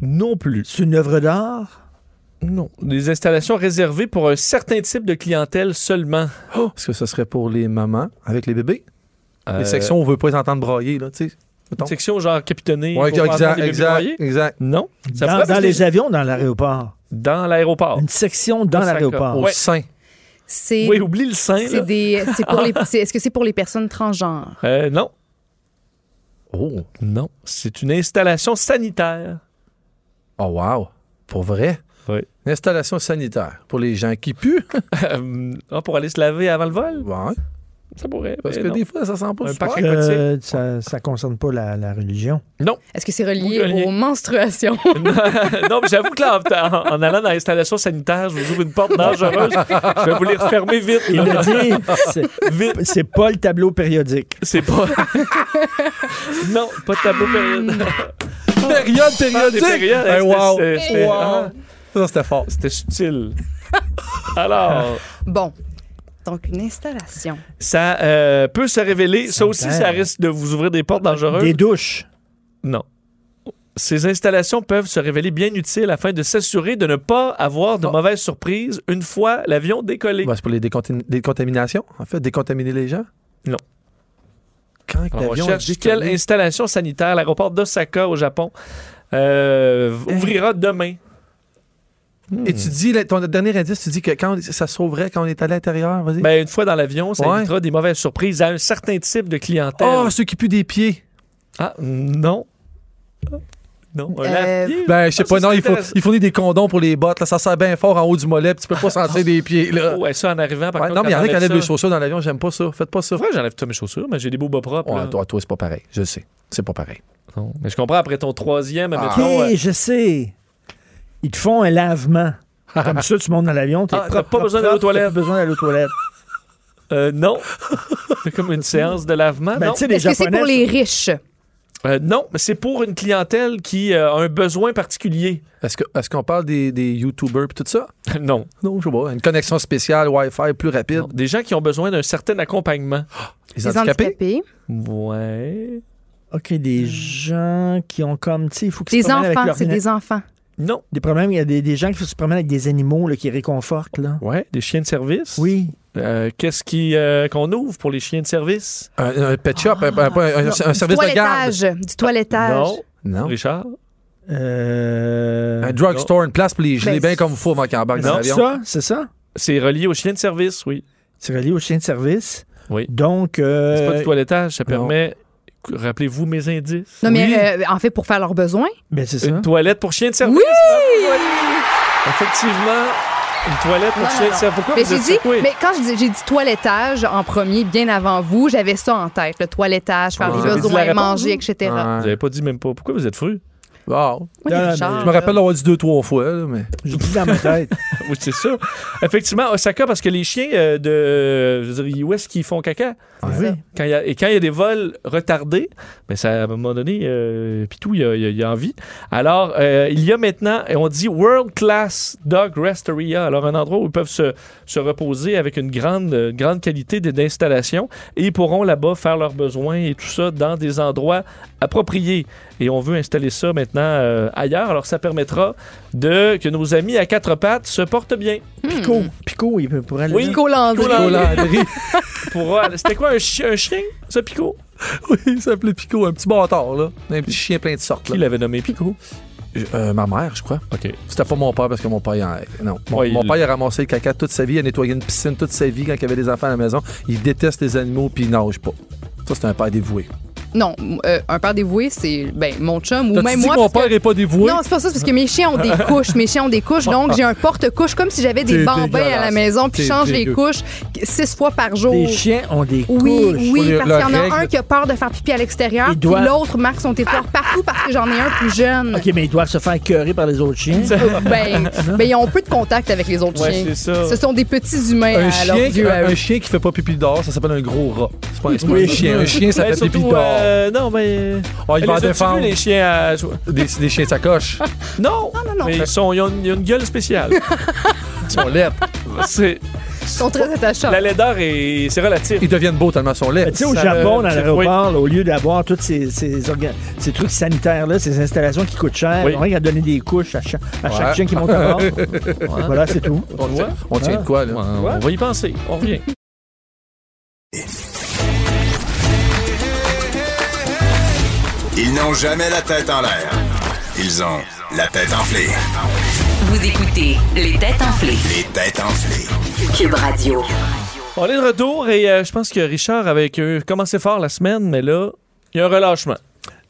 Speaker 4: Non plus.
Speaker 3: C'est une œuvre d'art?
Speaker 6: Non.
Speaker 4: Des installations réservées pour un certain type de clientèle seulement.
Speaker 6: Est-ce que ce serait pour les mamans avec les bébés?
Speaker 4: Euh,
Speaker 6: Les sections où on veut pas les entendre brailler, là, tu sais. mettons.
Speaker 4: Une section genre capitonnée.
Speaker 6: Ouais,
Speaker 4: pour faire entendre
Speaker 6: exact,
Speaker 4: les bébés
Speaker 6: exact,
Speaker 4: brailler?
Speaker 6: exact.
Speaker 4: Non. Ça
Speaker 3: dans
Speaker 4: pourrait
Speaker 3: dans
Speaker 4: être
Speaker 3: les avions, dans l'aéroport.
Speaker 4: dans l'aéroport.
Speaker 3: Une section dans
Speaker 4: Osaka.
Speaker 3: l'aéroport.
Speaker 6: Au
Speaker 4: Ouais.
Speaker 6: sein.
Speaker 5: C'est.
Speaker 4: Oui, oublie le sein.
Speaker 5: c'est
Speaker 4: là.
Speaker 5: des, c'est pour les, c'est- est-ce que c'est pour les personnes transgenres?
Speaker 4: Euh, non.
Speaker 6: Oh.
Speaker 4: Non. C'est une installation sanitaire.
Speaker 6: Oh, wow. Pour vrai?
Speaker 4: Oui.
Speaker 6: Une installation sanitaire pour les gens qui puent.
Speaker 4: Euh, ah, pour aller se laver avant le vol?
Speaker 6: Ouais.
Speaker 4: Ça pourrait.
Speaker 6: Parce
Speaker 4: mais
Speaker 6: que
Speaker 4: Eh non.
Speaker 6: des fois, ça sent pas
Speaker 4: Un
Speaker 6: le super.
Speaker 4: paquet.
Speaker 3: Euh, ça ne concerne pas la, la religion.
Speaker 5: Est-ce que c'est relié
Speaker 4: Oui, relié.
Speaker 5: aux menstruations?
Speaker 4: non, mais j'avoue que là, en, en allant dans l'installation sanitaire, je vous ouvre une porte dangereuse. je vais vous les refermer vite.
Speaker 3: Il
Speaker 4: là.
Speaker 3: l'a dit, c'est-
Speaker 4: Vite.
Speaker 3: c'est pas le tableau périodique.
Speaker 4: C'est pas. non, pas de tableau période.
Speaker 6: Euh, Période,
Speaker 4: Ah,
Speaker 6: période,
Speaker 4: des périodes.
Speaker 6: Hey, wow.
Speaker 4: C'était- c'était-
Speaker 6: Wow.
Speaker 4: ah,
Speaker 6: Ça, c'était fort.
Speaker 4: C'était subtil. Alors.
Speaker 5: bon. Donc, une installation.
Speaker 4: ça euh, peut se révéler. Ça aussi,
Speaker 3: Sanitaire.
Speaker 4: ça risque de vous ouvrir des portes dangereuses.
Speaker 3: Des douches.
Speaker 4: Non. Ces installations peuvent se révéler bien utiles afin de s'assurer de ne pas avoir
Speaker 6: Ah.
Speaker 4: de mauvaises surprises une fois l'avion décollé.
Speaker 6: Ben, c'est pour les décontin- décontaminations, en fait, décontaminer les gens.
Speaker 4: Non.
Speaker 6: Quand
Speaker 4: Alors, on
Speaker 6: l'avion
Speaker 4: cherche
Speaker 6: est
Speaker 4: quelle
Speaker 6: décollé-
Speaker 4: installation sanitaire l'aéroport d'Osaka au Japon euh,
Speaker 6: Eh.
Speaker 4: v- ouvrira demain.
Speaker 6: Et tu dis, là, ton dernier indice, tu dis que quand ça se sauverait quand on est à l'intérieur, vas-y.
Speaker 4: Ben, une fois dans l'avion, ça
Speaker 6: Ouais.
Speaker 4: évitera des mauvaises surprises à un certain type de clientèle.
Speaker 6: oh, ceux qui puent des pieds.
Speaker 4: Ah, non. Non, un
Speaker 5: Euh,
Speaker 4: lave-pied?
Speaker 6: Ben, je sais
Speaker 4: Ah, ça,
Speaker 6: pas, non,
Speaker 4: c'est
Speaker 6: il faut,
Speaker 4: intéressant.
Speaker 6: il fournit des condoms pour les bottes. Là, ça sert bien fort en haut du mollet, puis tu peux pas sentir des pieds, là.
Speaker 4: euh, Ouais, ça en arrivant, par
Speaker 6: Ouais,
Speaker 4: contre,
Speaker 6: non, mais il y en
Speaker 4: quand
Speaker 6: a qui
Speaker 4: t'enlèves
Speaker 6: enlèvent les
Speaker 4: ça-
Speaker 6: chaussures dans l'avion, j'aime pas ça. Faites pas ça.
Speaker 4: C'est vrai, j'enlève toutes mes chaussures, mais j'ai des beaux bas propres.
Speaker 6: Ouais,
Speaker 4: là.
Speaker 6: toi, toi, c'est pas pareil. Je sais. C'est pas pareil.
Speaker 4: Non, Mais je comprends après ton troisième,
Speaker 3: OK,
Speaker 4: mettons, euh,
Speaker 3: je sais. Ils te font un lavement. Comme ça, tu montes dans l'avion, t'es
Speaker 4: Ah, t'as
Speaker 3: propre,
Speaker 4: pas
Speaker 3: propre,
Speaker 4: besoin d'aller aux
Speaker 3: propre, t'as
Speaker 4: toilettes.
Speaker 3: pas besoin d'aller aux toilettes.
Speaker 4: euh, non. C'est comme une séance de lavement.
Speaker 3: Ben,
Speaker 4: non.
Speaker 3: tu sais, les
Speaker 5: Est-ce que c'est
Speaker 3: Japonais,
Speaker 5: pour les riches?
Speaker 4: Euh, non, mais c'est pour une clientèle qui euh, a un besoin particulier.
Speaker 6: Est-ce que- est-ce qu'on parle des, des YouTubers et tout ça?
Speaker 4: non.
Speaker 6: Non, je sais pas. Une connexion spéciale, Wi-Fi plus rapide.
Speaker 4: Non. Des gens qui ont besoin d'un certain accompagnement.
Speaker 6: Les,
Speaker 5: Les
Speaker 6: handicapés?
Speaker 5: handicapés?
Speaker 4: Ouais.
Speaker 3: OK, des gens qui ont comme, tu sais, il faut qu'ils se
Speaker 5: Des
Speaker 3: promènent avec
Speaker 5: enfants,
Speaker 3: leurs
Speaker 5: c'est
Speaker 3: lunettes.
Speaker 5: des enfants.
Speaker 4: Non.
Speaker 3: Des problèmes, il y a des, des gens qui se promènent avec des animaux là, qui réconfortent. Là.
Speaker 4: Ouais, des chiens de service.
Speaker 3: Oui.
Speaker 4: Euh, Qu'est-ce qui euh, qu'on ouvre pour les chiens de service?
Speaker 6: Un, un pet shop, un, un- un- un-
Speaker 5: Non,
Speaker 6: un service
Speaker 5: du
Speaker 6: de garde.
Speaker 5: toilettage. Du toilettage.
Speaker 4: Non.
Speaker 6: Non.
Speaker 4: Richard?
Speaker 3: Euh...
Speaker 6: Un drugstore, une place pour les gilets, bien comme il faut avant qu'ils embarquent dans
Speaker 3: Non,
Speaker 6: l'avion.
Speaker 3: ça, c'est ça.
Speaker 4: C'est relié aux chiens de service, oui.
Speaker 3: C'est relié aux chiens de service.
Speaker 4: Oui.
Speaker 3: Donc, euh,
Speaker 4: C'est pas du toiletage, ça
Speaker 6: non.
Speaker 4: permet... Rappelez-vous mes indices.
Speaker 5: Non,
Speaker 3: Oui.
Speaker 5: mais euh, en fait, pour faire leurs besoins.
Speaker 3: ben, c'est ça.
Speaker 4: Une toilette pour chien de service.
Speaker 5: Oui!
Speaker 4: Ouais. Effectivement, une toilette pour
Speaker 5: Non,
Speaker 4: chien
Speaker 5: non,
Speaker 4: de
Speaker 5: non.
Speaker 4: service.
Speaker 6: Ah,
Speaker 4: Pourquoi
Speaker 5: Mais
Speaker 4: vous
Speaker 5: j'ai
Speaker 4: êtes
Speaker 5: dit,
Speaker 4: secoués?
Speaker 5: mais quand je dis- j'ai dit toilettage en premier, bien avant vous, j'avais ça en tête, le toilettage, faire
Speaker 6: Ah, vous
Speaker 5: des
Speaker 6: avez
Speaker 4: dit la
Speaker 5: besoins,
Speaker 4: réponse,
Speaker 5: manger, etc.
Speaker 6: Ah.
Speaker 4: Vous avez pas dit même pas. Pourquoi vous êtes fru?
Speaker 6: Wow.
Speaker 5: Oui,
Speaker 3: Non, non,
Speaker 5: Richard,
Speaker 3: mais
Speaker 6: Je me rappelle l'avoir dit deux, trois fois, là, mais.
Speaker 3: Je dis dans ma tête.
Speaker 4: oui, c'est ça. Effectivement, Osaka, parce que les chiens euh, de. Je veux dire, où est-ce qu'ils font caca?
Speaker 3: Ben oui.
Speaker 4: Quand il y a- et quand il y a des vols retardés, ben ça, à un moment donné, euh, puis tout, il y a, il y a- il y a envie. Alors, euh, il y a maintenant, et on dit World Class Dog Rest Area, alors un endroit où ils peuvent se, se reposer avec une grande, euh, grande qualité d- d'installation et ils pourront là-bas faire leurs besoins et tout ça dans des endroits appropriés. Et on veut installer ça maintenant euh, ailleurs, alors ça permettra de que nos amis à quatre pattes se portent bien.
Speaker 3: Pico, Pico, il peut- pourrait aller.
Speaker 4: Oui.
Speaker 5: Nico Landry.
Speaker 4: Nico Landry.
Speaker 6: Landry.
Speaker 4: Pour, c'était quoi un, chi- un chien, ça, Pico?
Speaker 6: oui, il s'appelait Pico, un petit bâtard, là. Un petit chien plein de sortes,
Speaker 4: Qui
Speaker 6: là.
Speaker 4: l'avait nommé Pico?
Speaker 6: euh, ma mère, je crois.
Speaker 4: OK.
Speaker 6: C'était pas mon père parce que mon père, il en- non. Mon,
Speaker 4: Ouais,
Speaker 6: mon
Speaker 4: il-
Speaker 6: père, il a ramassé le caca toute sa vie, il a nettoyé une piscine toute sa vie quand il y avait des enfants à la maison. Il déteste les animaux puis il nage pas. Ça, c'est un père dévoué.
Speaker 5: Non, euh, un père dévoué, c'est ben, mon chum ou
Speaker 6: T'as-tu
Speaker 5: même
Speaker 6: dit
Speaker 5: moi.
Speaker 6: que mon
Speaker 5: parce que-
Speaker 6: père est pas dévoué.
Speaker 5: Non, c'est pas ça, c'est parce que mes chiens ont des couches. Mes chiens ont des couches, donc j'ai un porte-couche comme si j'avais
Speaker 6: T'es
Speaker 5: des bambins à la
Speaker 6: dégueulasse.
Speaker 5: maison, puis
Speaker 6: T'es
Speaker 5: je change les
Speaker 6: dégueu.
Speaker 5: couches six fois par jour.
Speaker 3: Les chiens ont des couches.
Speaker 5: Oui, oui,
Speaker 6: Faut
Speaker 5: parce qu'il
Speaker 6: leur
Speaker 5: y en a
Speaker 6: règle.
Speaker 5: un qui a peur de faire pipi à l'extérieur,
Speaker 3: Ils
Speaker 5: puis
Speaker 3: doivent-
Speaker 5: l'autre marque son
Speaker 6: Ah!
Speaker 5: territoire partout parce que j'en ai un plus jeune.
Speaker 3: OK, mais ils doivent se faire écœurer par les autres chiens.
Speaker 5: Ben, ben, ils ont peu de contact avec les autres
Speaker 4: Ouais,
Speaker 5: chiens.
Speaker 4: c'est ça.
Speaker 5: Ce sont des petits humains
Speaker 6: Un
Speaker 5: à ah leurs
Speaker 6: chien, qui,
Speaker 5: yeux, à
Speaker 6: un,
Speaker 5: eux.
Speaker 6: un chien qui fait pas pipi dehors, ça s'appelle un gros rat. C'est pas, un- c'est pas
Speaker 4: Oui.
Speaker 6: un chien. Un chien, ça
Speaker 4: Ouais,
Speaker 6: fait
Speaker 4: surtout,
Speaker 6: pipi dehors.
Speaker 4: euh, non, mais.
Speaker 6: Oh, il
Speaker 4: Les
Speaker 6: va en
Speaker 4: as-tu
Speaker 6: défendre.
Speaker 4: vu, les chiens à. jouer?
Speaker 6: Des, des chiens de sacoche.
Speaker 4: Non!
Speaker 5: non, non.
Speaker 4: Mais ils, sont, ils, ont une, ils ont une gueule spéciale.
Speaker 6: Ils sont laids.
Speaker 4: C'est-
Speaker 5: Ils sont très attachants.
Speaker 4: la laideur, est, c'est relatif.
Speaker 6: Ils deviennent beaux tellement ils sont laids.
Speaker 3: Tu sais, au
Speaker 4: Ça,
Speaker 3: Japon,
Speaker 4: euh,
Speaker 3: dans
Speaker 4: ça,
Speaker 3: l'aéroport, là, au lieu d'avoir tous ces, ces, orga- ces trucs sanitaires-là, ces installations qui coûtent cher,
Speaker 4: Oui.
Speaker 3: on va donner des couches à, cha- à chaque
Speaker 6: Ouais.
Speaker 3: chien qui monte à bord. Voilà, c'est tout.
Speaker 6: On, tient- on tient de quoi, là?
Speaker 4: On va y penser. On revient.
Speaker 2: Ils n'ont jamais la tête en l'air. Ils ont la tête enflée.
Speaker 1: Vous écoutez Les têtes enflées.
Speaker 2: Les têtes enflées.
Speaker 1: Cube Radio.
Speaker 4: On est de retour et euh, je pense que Richard avait euh, commencé fort la semaine, mais là, il y a un relâchement.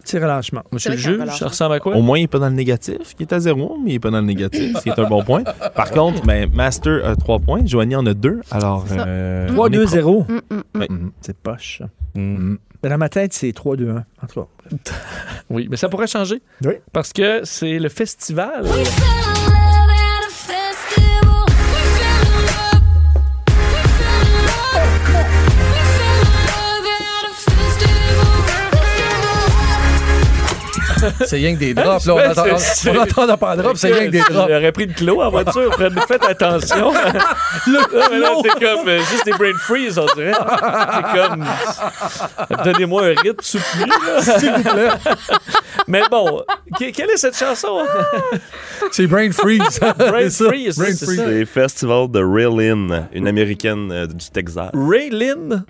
Speaker 3: Petit relâchement.
Speaker 4: Monsieur
Speaker 5: vrai
Speaker 4: le
Speaker 5: qu'il y a
Speaker 4: juge, ça
Speaker 5: un relâchement.
Speaker 4: ressemble à quoi?
Speaker 8: Au moins, il n'est pas dans le négatif. Il est à zéro, mais il n'est pas dans le négatif, ce qui est un bon point. Par contre, ben, Master a trois points. Joanie en a deux. Alors,
Speaker 5: C'est ça.
Speaker 8: euh, on est
Speaker 3: 3-2-0.
Speaker 8: pro-
Speaker 5: Mm, mm, mm.
Speaker 3: C'est poche. ça.
Speaker 6: Mhm.
Speaker 3: Mais Dans ma tête, c'est 3-2-1. En tout cas.
Speaker 4: Oui, mais ça pourrait changer.
Speaker 3: Oui.
Speaker 4: Parce que c'est le festival.
Speaker 6: C'est rien que des drops, là. On
Speaker 4: Ouais,
Speaker 6: entend,
Speaker 4: c'est-
Speaker 6: on-
Speaker 4: c'est-
Speaker 6: on entend dans pas de drops, c'est rien que des drops.
Speaker 4: J'aurais pris une clo en voiture. Fred, Faites attention. Là, mais là, c'est comme euh, juste des brain freeze, on dirait. C'est comme. Donnez-moi un rythme soutenu. là. mais bon, que- quelle est cette chanson?
Speaker 6: C'est brain freeze.
Speaker 4: Brain
Speaker 6: C'est ça.
Speaker 4: freeze.
Speaker 6: Brain
Speaker 4: c'est
Speaker 6: freeze.
Speaker 4: ça.
Speaker 10: C'est Festival de Real In, une américaine euh, du Texas.
Speaker 4: Ray Lynn.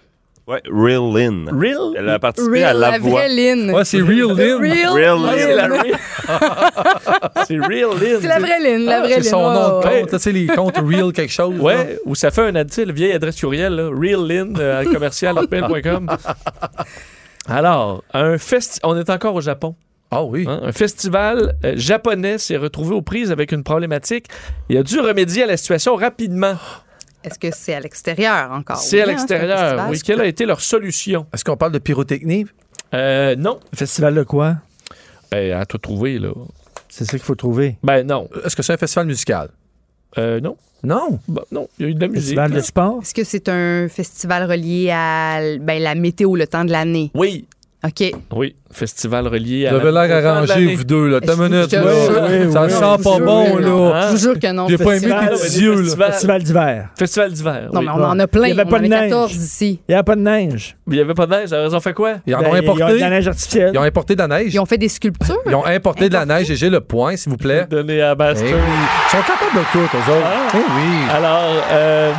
Speaker 10: Ouais, Real In.
Speaker 4: Real?
Speaker 10: Elle a participé à
Speaker 5: Real,
Speaker 10: La,
Speaker 5: la
Speaker 10: Voix.
Speaker 5: vraie Lynn.
Speaker 6: Ouais, c'est real Lynn.
Speaker 5: Real,
Speaker 10: Real
Speaker 5: Lynn.
Speaker 10: Lynn.
Speaker 4: C'est la Real. C'est Real Lynn.
Speaker 5: C'est la vraie Lynn, la vraie
Speaker 6: C'est
Speaker 5: Lynn.
Speaker 6: son
Speaker 5: ouais,
Speaker 6: nom de
Speaker 5: ouais.
Speaker 4: ouais.
Speaker 6: compte, là, tu sais, les comptes real quelque chose.
Speaker 4: Ouais, ou ça fait un adresse, vieille adresse courriel, là, reallin, euh, commercial, hotmail.com. Alors, un festi on est encore au Japon.
Speaker 6: Ah oui.
Speaker 4: hein. Un festival euh, japonais s'est retrouvé aux prises avec une problématique. Il a dû remédier à la situation rapidement.
Speaker 5: Est-ce que c'est à l'extérieur encore?
Speaker 4: C'est à
Speaker 5: Oui, hein, un
Speaker 4: l'extérieur.
Speaker 5: festival.
Speaker 4: Oui, quelle a été leur solution?
Speaker 6: Est-ce qu'on parle de pyrotechnie?
Speaker 4: Euh, non.
Speaker 3: Festival de quoi?
Speaker 4: Ben, à tout trouver, là.
Speaker 3: C'est ça qu'il faut trouver.
Speaker 4: Ben, non.
Speaker 6: Euh, Est-ce que c'est un festival musical?
Speaker 4: Euh, non.
Speaker 6: Non.
Speaker 4: Ben, non, il y a eu de la musique.
Speaker 3: Festival de sport?
Speaker 5: Est-ce que c'est un festival relié à l- ben, la météo, le temps de l'année?
Speaker 4: Oui,
Speaker 5: OK.
Speaker 4: oui. Festival relié
Speaker 6: Vous
Speaker 4: à...
Speaker 6: avez
Speaker 4: la-
Speaker 6: l'air
Speaker 4: au temps de
Speaker 6: arrangé,
Speaker 4: l'année.
Speaker 6: vous deux, là. T'as
Speaker 5: Je-
Speaker 6: une minute,
Speaker 5: je-
Speaker 6: là.
Speaker 5: je-
Speaker 6: Ça
Speaker 5: je-
Speaker 6: sent
Speaker 5: je-
Speaker 6: pas
Speaker 5: je-
Speaker 6: bon,
Speaker 5: je-
Speaker 6: là.
Speaker 5: Je vous jure que non.
Speaker 6: J'ai pas aimé
Speaker 5: festival-
Speaker 6: tes
Speaker 4: des
Speaker 6: petits yeux, là.
Speaker 4: festivals.
Speaker 3: Festival d'hiver.
Speaker 4: Festival d'hiver.
Speaker 5: Non,
Speaker 4: oui.
Speaker 5: mais on
Speaker 3: bon.
Speaker 5: en
Speaker 3: Il
Speaker 5: a
Speaker 3: y
Speaker 5: plein.
Speaker 3: avait
Speaker 5: On
Speaker 3: pas
Speaker 5: en
Speaker 3: de
Speaker 5: a
Speaker 3: neige.
Speaker 5: 14 ici.
Speaker 3: Il n'y a pas de neige.
Speaker 4: Il n'y avait pas de neige, alors ils ont fait quoi?
Speaker 6: Ils en
Speaker 3: Ben,
Speaker 6: ont
Speaker 3: il y a- Il y a de la
Speaker 6: importé.
Speaker 3: neige artificielle.
Speaker 6: Ils ont importé de la neige.
Speaker 5: Ils ont fait des sculptures.
Speaker 6: Ils ont importé de la neige. Et j'ai le point, s'il vous plaît.
Speaker 4: Donné à
Speaker 6: Eh oui.
Speaker 4: Master.
Speaker 6: Ils sont capables de tout, eux
Speaker 4: Ah.
Speaker 6: autres. Eh oui.
Speaker 4: Alors, euh,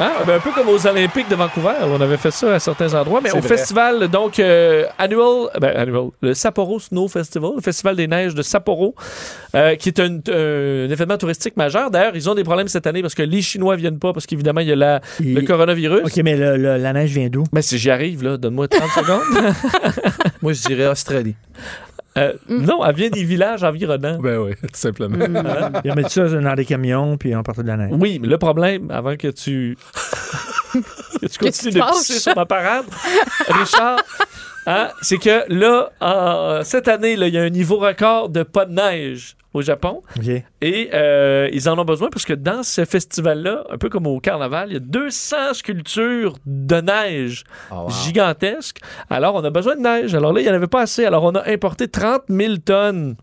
Speaker 4: hein, ben, un peu comme aux Olympiques de Vancouver, on avait fait ça à certains endroits, mais
Speaker 6: C'est
Speaker 4: au
Speaker 6: vrai.
Speaker 4: festival donc euh, annual, ben, annual, le Sapporo Snow Festival, le festival des neiges de Sapporo, euh, qui est un, un événement touristique majeur. D'ailleurs, ils ont des problèmes cette année parce que les Chinois viennent pas parce qu'évidemment il y a la-
Speaker 3: Et-
Speaker 4: le coronavirus.
Speaker 3: OK, mais le- le- la neige vient d'où?
Speaker 4: Ben si j'y arrive là, donne-moi 30 secondes.
Speaker 6: Moi, je dirais Australie.
Speaker 4: Euh, Non, elle vient des villages environnants.
Speaker 6: Ben oui, tout simplement.
Speaker 3: Ils ont mis ça dans des camions, puis ils ont importé de la neige.
Speaker 4: Oui, mais le problème, avant que tu. que tu
Speaker 5: tu
Speaker 4: continues
Speaker 5: te
Speaker 4: de pisser
Speaker 5: fâches.
Speaker 4: sur ma parade, Richard, hein, c'est que là, en- cette année, là, il y a un niveau record de pas de neige au Japon.
Speaker 3: OK.
Speaker 4: Et euh, ils en ont besoin parce que dans ce festival-là, un peu comme au carnaval, il y a 200 sculptures de neige
Speaker 5: Oh,
Speaker 4: gigantesques. Alors, on a besoin de neige. Alors là, il n'y en avait pas assez. Alors, on a importé 30 000 tonnes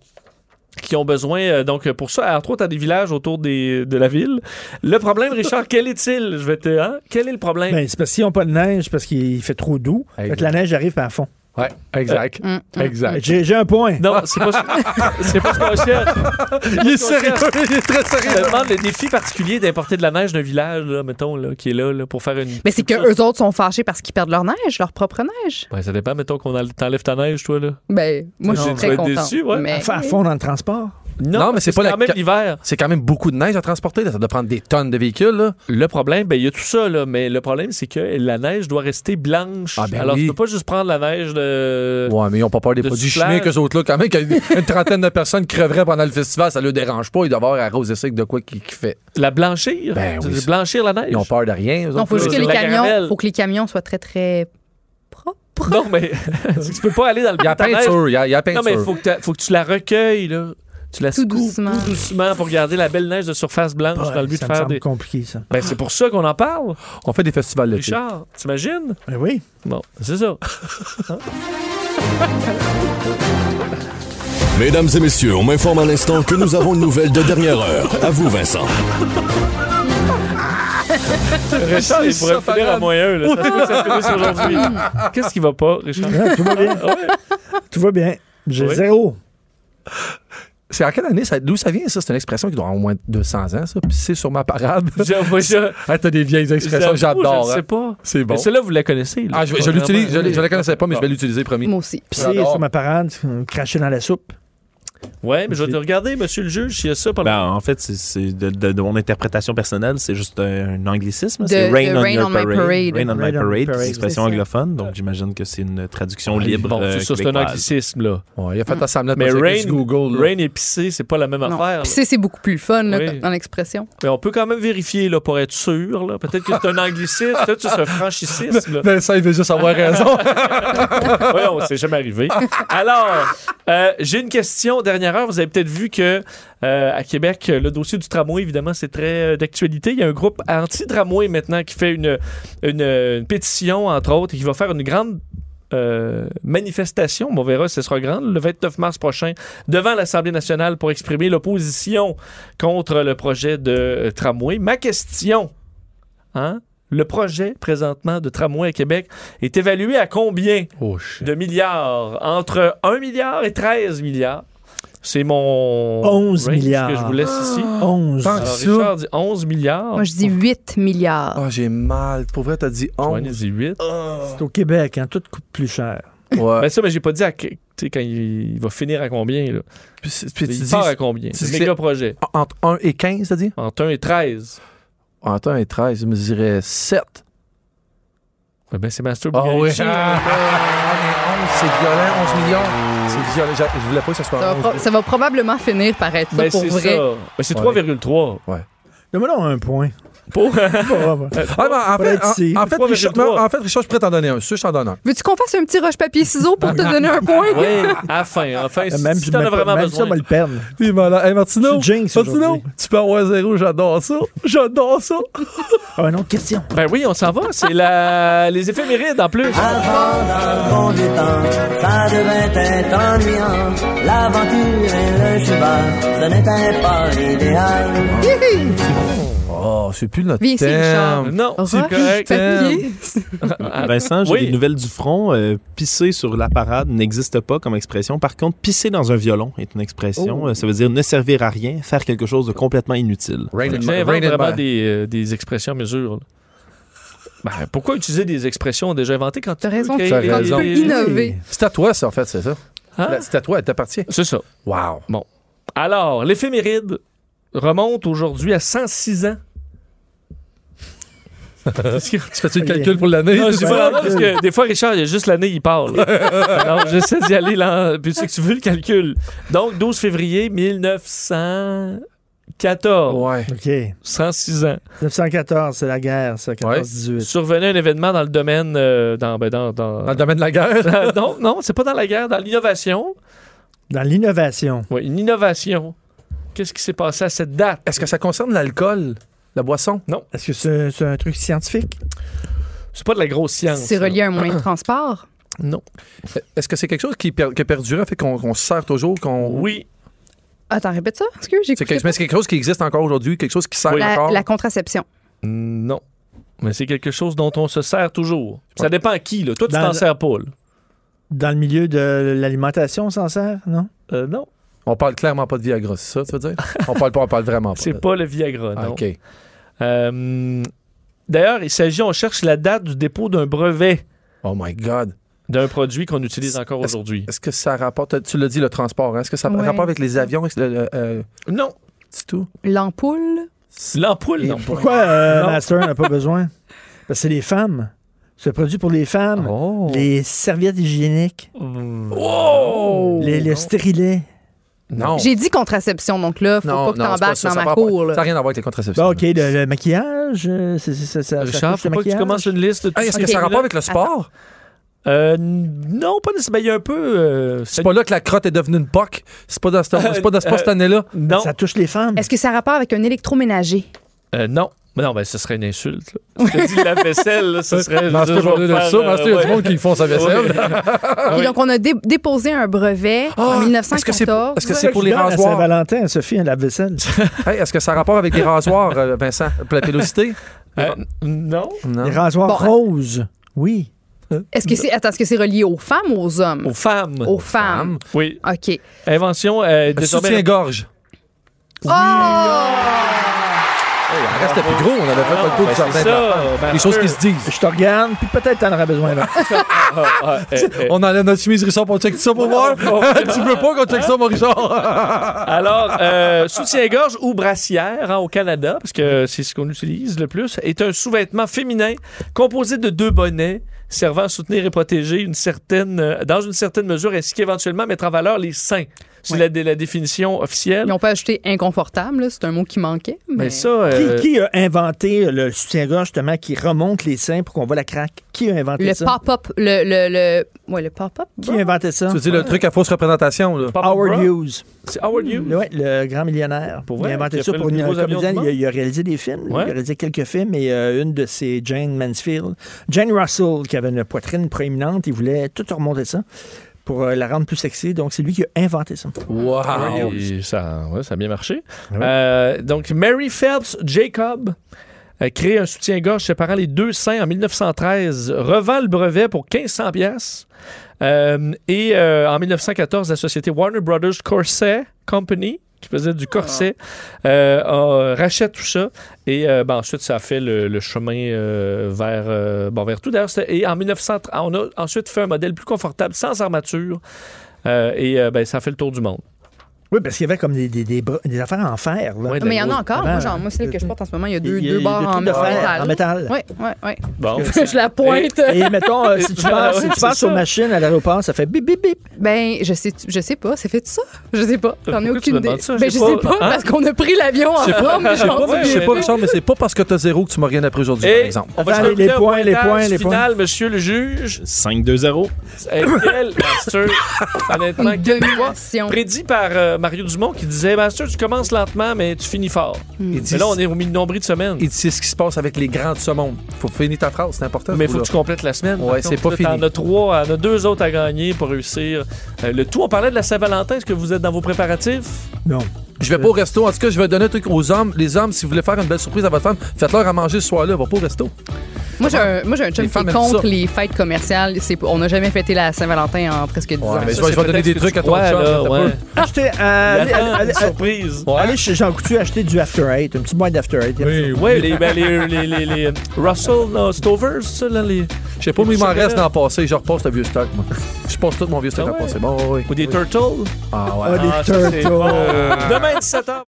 Speaker 4: qui ont besoin. euh, donc, euh, pour ça, entre autres, à des villages autour des, de la ville. Le problème, Richard, quel est-il? Je vais te... hein? Quel est le problème?
Speaker 3: Ben, c'est parce qu'ils n'ont pas de neige, parce qu'il fait trop doux. Fait que la neige arrive par fond.
Speaker 6: Ouais, exact.
Speaker 5: Mm, mm,
Speaker 6: Exact.
Speaker 3: J'ai j'ai un point.
Speaker 4: Non, c'est pas, c'est pas ce qu'on cherche.
Speaker 6: ah. Il est sérieux, il est très
Speaker 4: Je
Speaker 6: sérieux.
Speaker 4: te demande le défi particulier d'importer de la neige d'un village, là, mettons, là, qui est là, là, pour faire une...
Speaker 5: Mais c'est que eux autres sont fâchés parce qu'ils perdent leur neige, leur propre neige.
Speaker 4: Ben, ça dépend, mettons qu'on enlève- t'enlèves ta neige, toi, là.
Speaker 5: Ben, moi, je suis
Speaker 4: tu vas
Speaker 5: très
Speaker 4: être
Speaker 5: contente.
Speaker 4: déçu, ouais.
Speaker 5: mais-
Speaker 3: Enfin, à fond dans le transport.
Speaker 4: Non,
Speaker 6: mais c'est
Speaker 4: parce
Speaker 6: pas
Speaker 4: que
Speaker 6: la-
Speaker 4: quand même l'hiver.
Speaker 6: C'est quand même beaucoup de neige à transporter. là. Ça doit prendre des tonnes de véhicules. là.
Speaker 4: Le problème, ben il y a tout ça, là, mais le problème, c'est que la neige doit rester blanche.
Speaker 6: Ah, ben
Speaker 4: Alors,
Speaker 6: oui.
Speaker 4: tu peux pas juste prendre la neige de.
Speaker 6: Ouais, mais ils n'ont pas peur des
Speaker 4: Euh, De
Speaker 6: produits
Speaker 4: soufflage.
Speaker 6: chimiques, eux autres, là. Quand même, qu'il y a une trentaine de personnes creveraient pendant le festival, ça ne le dérange pas. Ils doivent avoir à rose sec de quoi qui fait.
Speaker 4: La blanchir.
Speaker 6: Ben oui.
Speaker 4: De Blanchir la neige.
Speaker 6: Ils ont peur de rien. eux
Speaker 5: Non,
Speaker 6: autres,
Speaker 5: faut
Speaker 6: là.
Speaker 5: juste que
Speaker 4: c'est
Speaker 5: les
Speaker 4: de la
Speaker 5: camions,
Speaker 4: caramel.
Speaker 5: faut que les camions soient très très propres.
Speaker 4: Non, mais tu peux pas aller dans le
Speaker 6: Il y a la
Speaker 4: bout de ta neige.
Speaker 6: peinture. Il y a, il y a la
Speaker 4: Non,
Speaker 6: peinture.
Speaker 4: mais faut que, t'a- faut que tu la recueilles, là. Tu la
Speaker 5: Tout
Speaker 4: secoues
Speaker 5: doucement.
Speaker 4: tout doucement pour garder la belle neige de surface blanche dans le but
Speaker 3: ça
Speaker 4: de
Speaker 3: me
Speaker 4: faire
Speaker 3: semble
Speaker 4: des.
Speaker 3: compliqué, ça.
Speaker 4: Ben, c'est pour ça qu'on en parle,
Speaker 6: On fait des festivals d'été.
Speaker 4: Richard. T'imagines?
Speaker 3: Ben oui.
Speaker 4: Bon, c'est ça.
Speaker 11: Mesdames et messieurs, on m'informe à l'instant que nous avons une nouvelle de dernière heure. À vous, Vincent.
Speaker 4: Richard, il pourrait finir à moyen, là. Ça se peut que ça finisse aujourd'hui. Qu'est-ce qui va pas, Richard?
Speaker 3: Ah, tout va bien.
Speaker 4: Ah ouais.
Speaker 3: Tout va bien. J'ai
Speaker 4: Oui.
Speaker 3: zéro.
Speaker 6: C'est à quelle année? ça- D'où ça vient, ça? C'est une expression qui doit avoir au moins 200 ans, ça. Puis c'est sur ma parade.
Speaker 4: Je- moi, je-
Speaker 6: Ah, t'as des vieilles expressions,
Speaker 4: j'avoue,
Speaker 6: j'adore.
Speaker 4: Je
Speaker 6: hein.
Speaker 4: sais pas.
Speaker 6: C'est bon.
Speaker 4: Mais celle-là, vous la connaissez. là.
Speaker 6: Ah, je, je l'utilise. Je, l'ai- je la connaissais pas, mais je vais l'utiliser, promis.
Speaker 5: Moi aussi.
Speaker 3: Pisser
Speaker 6: J'adore.
Speaker 3: sur ma parade, euh, cracher dans la soupe.
Speaker 4: Ouais, mais je vais te regarder, monsieur le juge, s'il y a ça pendant.
Speaker 8: Ben, en fait, c'est- c'est de, de- de mon interprétation personnelle, c'est juste un, un anglicisme.
Speaker 5: De-
Speaker 8: C'est Rain,
Speaker 5: de
Speaker 8: on,
Speaker 5: Rain
Speaker 8: your
Speaker 5: on my
Speaker 8: parade.
Speaker 5: parade.
Speaker 8: Rain on my
Speaker 3: Rain on my
Speaker 8: parade,
Speaker 3: parade,
Speaker 8: c'est une expression
Speaker 5: c'est ça.
Speaker 8: anglophone, donc j'imagine que c'est une traduction
Speaker 4: Ah,
Speaker 8: libre.
Speaker 4: Bon, c'est
Speaker 8: euh,
Speaker 4: ça, c'est un
Speaker 8: québécoise.
Speaker 4: anglicisme, là.
Speaker 6: Ouais, il a fait la semblette
Speaker 4: Ah. Mais
Speaker 6: parce que
Speaker 4: Rain,
Speaker 6: sur Google. là.
Speaker 4: Rain épicé, c'est pas la même
Speaker 5: Non.
Speaker 4: affaire.
Speaker 5: Pisser, c'est beaucoup plus le fun là,
Speaker 4: Oui.
Speaker 5: dans l'expression.
Speaker 4: Mais on peut quand même vérifier là, pour être sûr. là. Peut-être que c'est un anglicisme, peut-être que c'est un franchicisme. là.
Speaker 6: Vincent, il veut juste avoir raison.
Speaker 4: Voyons, c'est jamais arrivé. Alors, euh, j'ai une question. Dernière heure, vous avez peut-être vu que euh, à Québec, le dossier du tramway, évidemment, c'est très euh, d'actualité. Il y a un groupe anti-tramway maintenant qui fait une, une, une pétition, entre autres, et qui va faire une grande euh, manifestation, on verra si ce sera grande, le 29 mars prochain, devant l'Assemblée nationale pour exprimer l'opposition contre le projet de euh, tramway. Ma question, hein? Le projet présentement de tramway à Québec est évalué à combien
Speaker 6: Oh, shit.
Speaker 4: de milliards? Entre 1 milliard et 13 milliards. C'est mon
Speaker 3: 11
Speaker 4: range
Speaker 3: milliards.
Speaker 4: que je vous laisse ici.
Speaker 3: 11.
Speaker 6: Tant que
Speaker 4: Alors,
Speaker 6: Ah, ça.
Speaker 4: Richard dit 11 milliards.
Speaker 5: Moi, je dis 8 milliards.
Speaker 6: Ah, j'ai mal. Pour vrai, t'as dit
Speaker 4: Joanne
Speaker 6: 11.
Speaker 4: dit 8.
Speaker 3: C'est au Québec, hein, tout coûte plus cher.
Speaker 6: Ouais.
Speaker 4: Ben ça, mais j'ai pas dit à que- tu sais, quand il, il va finir à combien. Là.
Speaker 6: Puis, c'est- puis tu
Speaker 4: il
Speaker 6: dis
Speaker 4: part à combien?
Speaker 6: tu
Speaker 4: C'est
Speaker 6: dis-
Speaker 4: méga projet.
Speaker 6: entre 1 et 15, t'as dit?
Speaker 4: Entre 1 et 13.
Speaker 6: Entre 1 et 13, je me dirais 7.
Speaker 4: Ouais, ben, c'est Master
Speaker 6: Ah oui.
Speaker 4: Bugarici.
Speaker 6: c'est violent, 11 millions. C'est violent. J'a- Je voulais pas que ce soit
Speaker 5: Ça,
Speaker 6: 11
Speaker 5: va pro-
Speaker 6: millions.
Speaker 5: ça va probablement finir par être ça
Speaker 4: Ben,
Speaker 5: pour
Speaker 4: c'est
Speaker 5: vrai.
Speaker 4: ça. Ben, c'est
Speaker 6: Ouais.
Speaker 4: 3,3.
Speaker 3: Donne-moi un point.
Speaker 4: Pour... euh,
Speaker 3: Bon, bon, bon.
Speaker 6: Ah, mais en,
Speaker 3: Faudrait être ici.
Speaker 6: fait, en, en fait,
Speaker 4: 3,3.
Speaker 6: Richard, non, en fait, Richard, je pourrais t'en donner un. Sûr, je t'en donne un.
Speaker 5: Veux-tu qu'on fasse un petit roche-papier-ciseaux pour te donner un point?
Speaker 4: oui, à la fin. Enfin, si,
Speaker 3: Même,
Speaker 4: si
Speaker 3: je-
Speaker 4: t'en
Speaker 3: même
Speaker 4: as
Speaker 3: pas-
Speaker 4: vraiment
Speaker 3: même ça,
Speaker 4: besoin.
Speaker 3: moi le perdre.
Speaker 6: T'es malade. Hey, Martino.
Speaker 3: Je suis jinx
Speaker 6: Martino,
Speaker 3: aujourd'hui.
Speaker 6: tu peux avoir zéro. J'adore ça. J'adore ça.
Speaker 3: Ah non, question.
Speaker 4: ben oui, on s'en va. C'est la... les éphémérides en plus.
Speaker 9: Avant dans le bon du temps, ça devait être ennuyant. L'aventure et le cheval, ce n'était pas l'idéal.
Speaker 6: Oh, c'est plus notre
Speaker 5: Viens ici, Richard.
Speaker 6: thème.
Speaker 4: Non, c'est correct.
Speaker 6: hein.
Speaker 5: Roche-papier.
Speaker 8: Vincent, j'ai
Speaker 4: Ah, Oui.
Speaker 8: des nouvelles du front. Euh, pisser sur la parade n'existe pas comme expression. Par contre, pisser dans un violon est une
Speaker 5: Oh.
Speaker 8: expression. Euh, ça veut dire ne servir à rien, faire quelque chose de complètement inutile.
Speaker 6: Rain and-
Speaker 4: J'invente
Speaker 6: Rain and
Speaker 4: vraiment
Speaker 6: Man.
Speaker 4: des, euh, des expressions à mesure. là. Ben, pourquoi utiliser des expressions déjà inventées quand tu
Speaker 5: T'as
Speaker 4: peux
Speaker 5: raison,
Speaker 4: créer
Speaker 6: T'as
Speaker 4: des-
Speaker 6: raison.
Speaker 5: On peut innover.
Speaker 6: C'est à toi, ça, en fait, c'est ça.
Speaker 4: Hein?
Speaker 6: La- C'est à toi, elle t'appartient.
Speaker 4: C'est ça.
Speaker 6: Ah. Wow.
Speaker 4: Alors, l'éphéméride remonte aujourd'hui à 106 ans.
Speaker 6: tu fais-tu le calcul pour l'année?
Speaker 4: Non, je dis
Speaker 6: c'est
Speaker 4: pas la
Speaker 6: ça?
Speaker 4: date, parce que des fois, Richard, il y a juste l'année, il parle. Alors, j'essaie d'y aller là. Puis tu sais que tu veux le calcul. Donc, 12 février 1914.
Speaker 6: Ouais.
Speaker 3: OK.
Speaker 4: 106 ans.
Speaker 3: 914, c'est la guerre, ça, 14-18.
Speaker 4: Survenait un événement dans le domaine. euh, dans, ben, dans, dans- Ah,
Speaker 6: Dans le domaine de la guerre.
Speaker 4: non, non, c'est pas dans la guerre, dans l'innovation.
Speaker 3: Dans l'innovation.
Speaker 4: Oui, une innovation. Qu'est-ce qui s'est passé à cette date?
Speaker 6: Est-ce que ça concerne l'alcool, la boisson?
Speaker 3: Est-ce que c'est c'est un truc scientifique?
Speaker 4: C'est pas de la grosse science.
Speaker 5: C'est
Speaker 4: là.
Speaker 5: relié à un moyen de transport.
Speaker 4: Non.
Speaker 6: Est-ce que c'est quelque chose qui, per- qui perdure, fait qu'on qu'on se sert toujours, qu'on...
Speaker 4: Oui.
Speaker 5: Attends, répète ça. Excuse, j'ai
Speaker 6: C'est
Speaker 5: écouté
Speaker 6: quelque, mais c'est quelque chose qui existe encore aujourd'hui, quelque chose qui sert
Speaker 5: la,
Speaker 6: encore.
Speaker 5: la contraception.
Speaker 4: Non. Mais c'est quelque chose dont on se sert toujours. Ça dépend à qui, là. Toi, tu
Speaker 3: Dans
Speaker 4: t'en
Speaker 3: le-
Speaker 4: sers pas, là.
Speaker 3: Dans le milieu de l'alimentation, on s'en sert, non?
Speaker 4: Euh, non,
Speaker 6: On parle clairement pas de Viagra, c'est ça, tu veux dire? on parle pas, on parle vraiment pas.
Speaker 4: c'est
Speaker 6: de-
Speaker 4: pas le Viagra,
Speaker 6: Ah,
Speaker 4: non.
Speaker 6: OK.
Speaker 4: Euh, D'ailleurs, il s'agit, on cherche la date du dépôt d'un brevet.
Speaker 6: Oh my God.
Speaker 4: d'un produit qu'on utilise encore
Speaker 6: Est-ce-
Speaker 4: aujourd'hui.
Speaker 6: Est-ce que ça rapporte, tu l'as dit, le transport, hein? est-ce que ça a
Speaker 5: Ouais.
Speaker 6: rapport avec les avions? avec le- le- euh,
Speaker 4: Non.
Speaker 6: C'est tout?
Speaker 5: L'ampoule?
Speaker 4: L'ampoule, non.
Speaker 3: Pourquoi euh,
Speaker 4: Non.
Speaker 3: Master n'a pas besoin? Parce que c'est les femmes. C'est produit pour les
Speaker 4: Ah
Speaker 3: femmes. Les serviettes hygiéniques. Les- le stérilet.
Speaker 6: Non.
Speaker 5: J'ai dit contraception, donc là, faut
Speaker 6: Non,
Speaker 5: pas que
Speaker 6: non, c'est
Speaker 5: t'embarques
Speaker 6: ça,
Speaker 5: dans
Speaker 6: ça
Speaker 5: ma
Speaker 6: va pas-
Speaker 5: cour. là.
Speaker 6: Ça n'a rien à voir avec les contraceptions.
Speaker 3: Bon, OK, le, le maquillage, euh, c'est c'est- ça- ça- ça
Speaker 4: Richard,
Speaker 3: touche
Speaker 4: faut
Speaker 3: le
Speaker 4: pas que tu
Speaker 3: maquillage.
Speaker 4: commences une liste de tout
Speaker 6: Hey,
Speaker 4: ce
Speaker 6: est-ce
Speaker 4: qui
Speaker 6: que ça a
Speaker 4: est
Speaker 6: rapport
Speaker 4: là.
Speaker 6: avec le sport?
Speaker 4: Euh, non, pas nécessairement. Ben, Il y a un peu. euh,
Speaker 6: C'est pas là que la crotte est devenue une poque. C'est pas dans, cette- c'est pas dans- c'est pas cette
Speaker 4: Euh,
Speaker 6: année-là.
Speaker 4: Non.
Speaker 3: Ça touche les femmes.
Speaker 5: Est-ce que ça a rapport avec un électroménager?
Speaker 4: Euh, non. Mais non, ben, ce serait une insulte. là. Je te dis la vaisselle, là, ce serait.
Speaker 6: Master,
Speaker 4: je vais
Speaker 6: parler de
Speaker 4: faire,
Speaker 6: ça.
Speaker 4: euh,
Speaker 6: Master, il y a du
Speaker 4: ouais.
Speaker 6: monde qui font sa vaisselle.
Speaker 4: Ouais.
Speaker 5: Et donc, on a dé- déposé un brevet en 1914.
Speaker 6: Ah, est-ce que c'est- est-ce que c'est
Speaker 3: Pour les rasoirs.
Speaker 6: rasoirs.
Speaker 3: Saint-Valentin, Sophie, un lave-vaisselle.
Speaker 6: Hey, Est-ce que ça a rapport avec les rasoirs, euh, Vincent? Pour la pilosité?
Speaker 4: Euh, non.
Speaker 6: Non.
Speaker 3: Les rasoirs
Speaker 5: Bon.
Speaker 3: roses. Oui.
Speaker 5: Est-ce que c'est attends, est-ce que c'est relié aux femmes ou aux hommes?
Speaker 4: Aux femmes.
Speaker 5: Aux femmes.
Speaker 4: Oui.
Speaker 5: OK.
Speaker 4: Invention. euh,
Speaker 6: Le
Speaker 4: désormais.
Speaker 6: soutien-gorge.
Speaker 5: Ah!
Speaker 6: Hey, il en reste plus gros. On n'avait fait pas le tour
Speaker 4: Ben,
Speaker 6: du jardin.
Speaker 4: c'est
Speaker 6: de la
Speaker 4: ça, Oh,
Speaker 6: femme.
Speaker 4: Master.
Speaker 6: Les choses qui se disent.
Speaker 3: Je te regarde, puis peut-être t'en auras besoin là.
Speaker 4: Ah, ah, eh, eh.
Speaker 6: On enlève notre chemise, Richard, pour checker ça pour
Speaker 4: Oh,
Speaker 6: voir. tu veux pas qu'on check ça, mon Richard?
Speaker 4: Alors, euh, soutien-gorge ou brassière hein, au Canada, parce que c'est ce qu'on utilise le plus, est un sous-vêtement féminin composé de deux bonnets servant à soutenir et protéger une certaine, euh, dans une certaine mesure, ainsi qu'éventuellement mettre en valeur les seins. C'est la, dé- la définition officielle.
Speaker 5: Ils ont pas ajouté inconfortable, là, c'est un mot qui manquait. Mais,
Speaker 4: Mais ça, euh,
Speaker 3: Qui, qui a inventé le soutien-gorge, justement, qui remonte les seins pour qu'on voit la craque? Qui a inventé
Speaker 5: le
Speaker 3: ça?
Speaker 5: pop-up, le, le, le, ouais, le pop-up.
Speaker 3: Qui a inventé ça?
Speaker 6: tu dis le truc à fausse représentation, là.
Speaker 4: Papa
Speaker 3: Howard
Speaker 4: Bra-
Speaker 3: Hughes.
Speaker 4: C'est Howard Hughes.
Speaker 3: Le, ouais, le grand millionnaire.
Speaker 4: Pour
Speaker 3: il
Speaker 4: vrai,
Speaker 3: a
Speaker 4: qui
Speaker 3: inventé
Speaker 4: a
Speaker 3: ça
Speaker 4: fait
Speaker 3: pour
Speaker 4: le
Speaker 3: une
Speaker 4: plus gros avion
Speaker 3: comédienne.
Speaker 4: du
Speaker 3: Il, a- il a réalisé des films. là.
Speaker 4: Ouais.
Speaker 3: Il a réalisé quelques films et euh, une de ces Jane Mansfield. Jane Russell, qui avait une poitrine proéminente, il voulait tout remonter ça pour euh, la rendre plus sexy. Donc, c'est lui qui a inventé ça.
Speaker 6: Wow!
Speaker 4: Et ça, ouais, ça a bien marché. Euh, donc, Mary Phelps Jacob a créé un soutien-gorge séparant les deux seins en 1913, revend le brevet pour 1500 pièces. et euh, en 1914, la société Warner Brothers Corset Company qui faisait du corset, euh, a- rachète tout ça et euh, ben, ensuite ça a fait le, le chemin euh, vers, euh, bon, vers tout. D'ailleurs, c'était- et en 1930, on a ensuite fait un modèle plus confortable, sans armature, euh, et euh, ben, ça a fait le tour du monde.
Speaker 3: Oui, parce qu'il y avait comme des, des- des bras- des affaires en fer. là.
Speaker 4: Ouais, de
Speaker 5: Ah, Mais il y en a
Speaker 4: l'autre.
Speaker 5: encore.
Speaker 3: ben, avant,
Speaker 5: Moi, genre, moi, celle que je porte en ce moment, il y a deux, deux barres en
Speaker 3: trucs de fer,
Speaker 5: métal.
Speaker 3: en métal.
Speaker 5: Oui, oui, oui.
Speaker 4: Bon.
Speaker 5: je la pointe.
Speaker 3: Et mettons, euh, si tu passes, si
Speaker 4: Ah, Ouais,
Speaker 3: tu
Speaker 4: c'est
Speaker 3: passes aux
Speaker 4: ça.
Speaker 3: machines à l'aéroport, ça fait bip bip bip.
Speaker 5: Ben, je sais, je sais pas. C'est fait ça? Je sais pas. J'en ai
Speaker 4: Pourquoi tu
Speaker 5: aucune
Speaker 4: me
Speaker 5: idée.
Speaker 4: demandes ça?
Speaker 5: Ben, je
Speaker 4: J'ai
Speaker 5: sais
Speaker 4: pas-
Speaker 5: pas,
Speaker 4: Hein?
Speaker 5: parce qu'on a pris l'avion en Rome.
Speaker 4: j'ai pas-
Speaker 5: genre.
Speaker 4: ouais,
Speaker 6: Je sais pas, Richard, mais c'est pas parce que t'as zéro que tu m'as rien appris aujourd'hui, par
Speaker 4: Et
Speaker 6: exemple.
Speaker 4: on va
Speaker 3: Attends,
Speaker 4: se
Speaker 3: les- les
Speaker 4: remettre au
Speaker 3: points, les
Speaker 4: pointage
Speaker 3: points, les points.
Speaker 4: final, monsieur le juge.
Speaker 10: 5-2-0.
Speaker 4: Euh, Quel master, honnêtement,
Speaker 5: Une
Speaker 4: quel poids.
Speaker 5: domination.
Speaker 4: Prédit par euh, Mario Dumont qui disait Master, tu commences lentement, mais tu finis fort.
Speaker 6: Hmm. Il dit,
Speaker 4: Mais là, on est au milieu de nombril de semaine.
Speaker 6: il dit, c'est ce qui se passe avec les grands de ce monde. Faut finir ta phrase, c'est important.
Speaker 4: Mais il
Speaker 6: ce
Speaker 4: faut que
Speaker 6: bout-là.
Speaker 4: tu complètes la semaine.
Speaker 6: Ouais,
Speaker 4: Par
Speaker 6: c'est
Speaker 4: contre,
Speaker 6: pas
Speaker 4: là,
Speaker 6: fini.
Speaker 4: T'en as trois, en as deux autres à gagner pour réussir euh, le tout. On parlait de la Saint-Valentin. Est-ce que vous êtes dans vos préparatifs?
Speaker 3: Non.
Speaker 6: Ben, Je vais pas au resto. En tout cas, je vais donner un truc aux hommes. Les hommes, si vous voulez faire une belle surprise à votre femme, faites-leur à manger ce soir-là. Va pas au resto.
Speaker 5: Moi, j'ai un, moi, j'ai un chum
Speaker 6: Les
Speaker 5: qui
Speaker 6: femmes
Speaker 5: est
Speaker 6: aiment
Speaker 5: contre
Speaker 6: ça.
Speaker 5: les fêtes commerciales. C'est- on n'a jamais fêté la Saint-Valentin en presque 10 ans.
Speaker 6: mais
Speaker 4: Ça,
Speaker 6: je vais-
Speaker 4: c'est
Speaker 6: je vais donner
Speaker 4: peut-être
Speaker 6: des
Speaker 4: ce que
Speaker 6: trucs
Speaker 4: tu
Speaker 6: à ton
Speaker 4: crois,
Speaker 6: chum,
Speaker 4: là,
Speaker 6: attends
Speaker 4: ouais.
Speaker 6: un peu.
Speaker 3: Achetez,
Speaker 4: Il
Speaker 3: euh, allez,
Speaker 4: attend
Speaker 3: allez,
Speaker 4: une
Speaker 3: allez,
Speaker 4: surprise.
Speaker 3: allez chez Jean Coutu acheter du After Eight, une petite boîte d'After Eight.
Speaker 4: Ouais, les, ben, les, les, les, les Russell euh, Stovers, ça, là, les,
Speaker 6: Je sais pas, mais il m'en
Speaker 4: Chocolat.
Speaker 6: reste d'en passer. Je repasse le vieux stock, moi. Je passe tout mon vieux stock
Speaker 4: Ah
Speaker 6: à
Speaker 4: ouais?
Speaker 6: passer. Bon, oui.
Speaker 4: ou des Turtles.
Speaker 6: Ah ouais.
Speaker 3: Ah, des
Speaker 4: Ah, ça, c'est
Speaker 3: turtles.
Speaker 4: bon. Demain, 17h.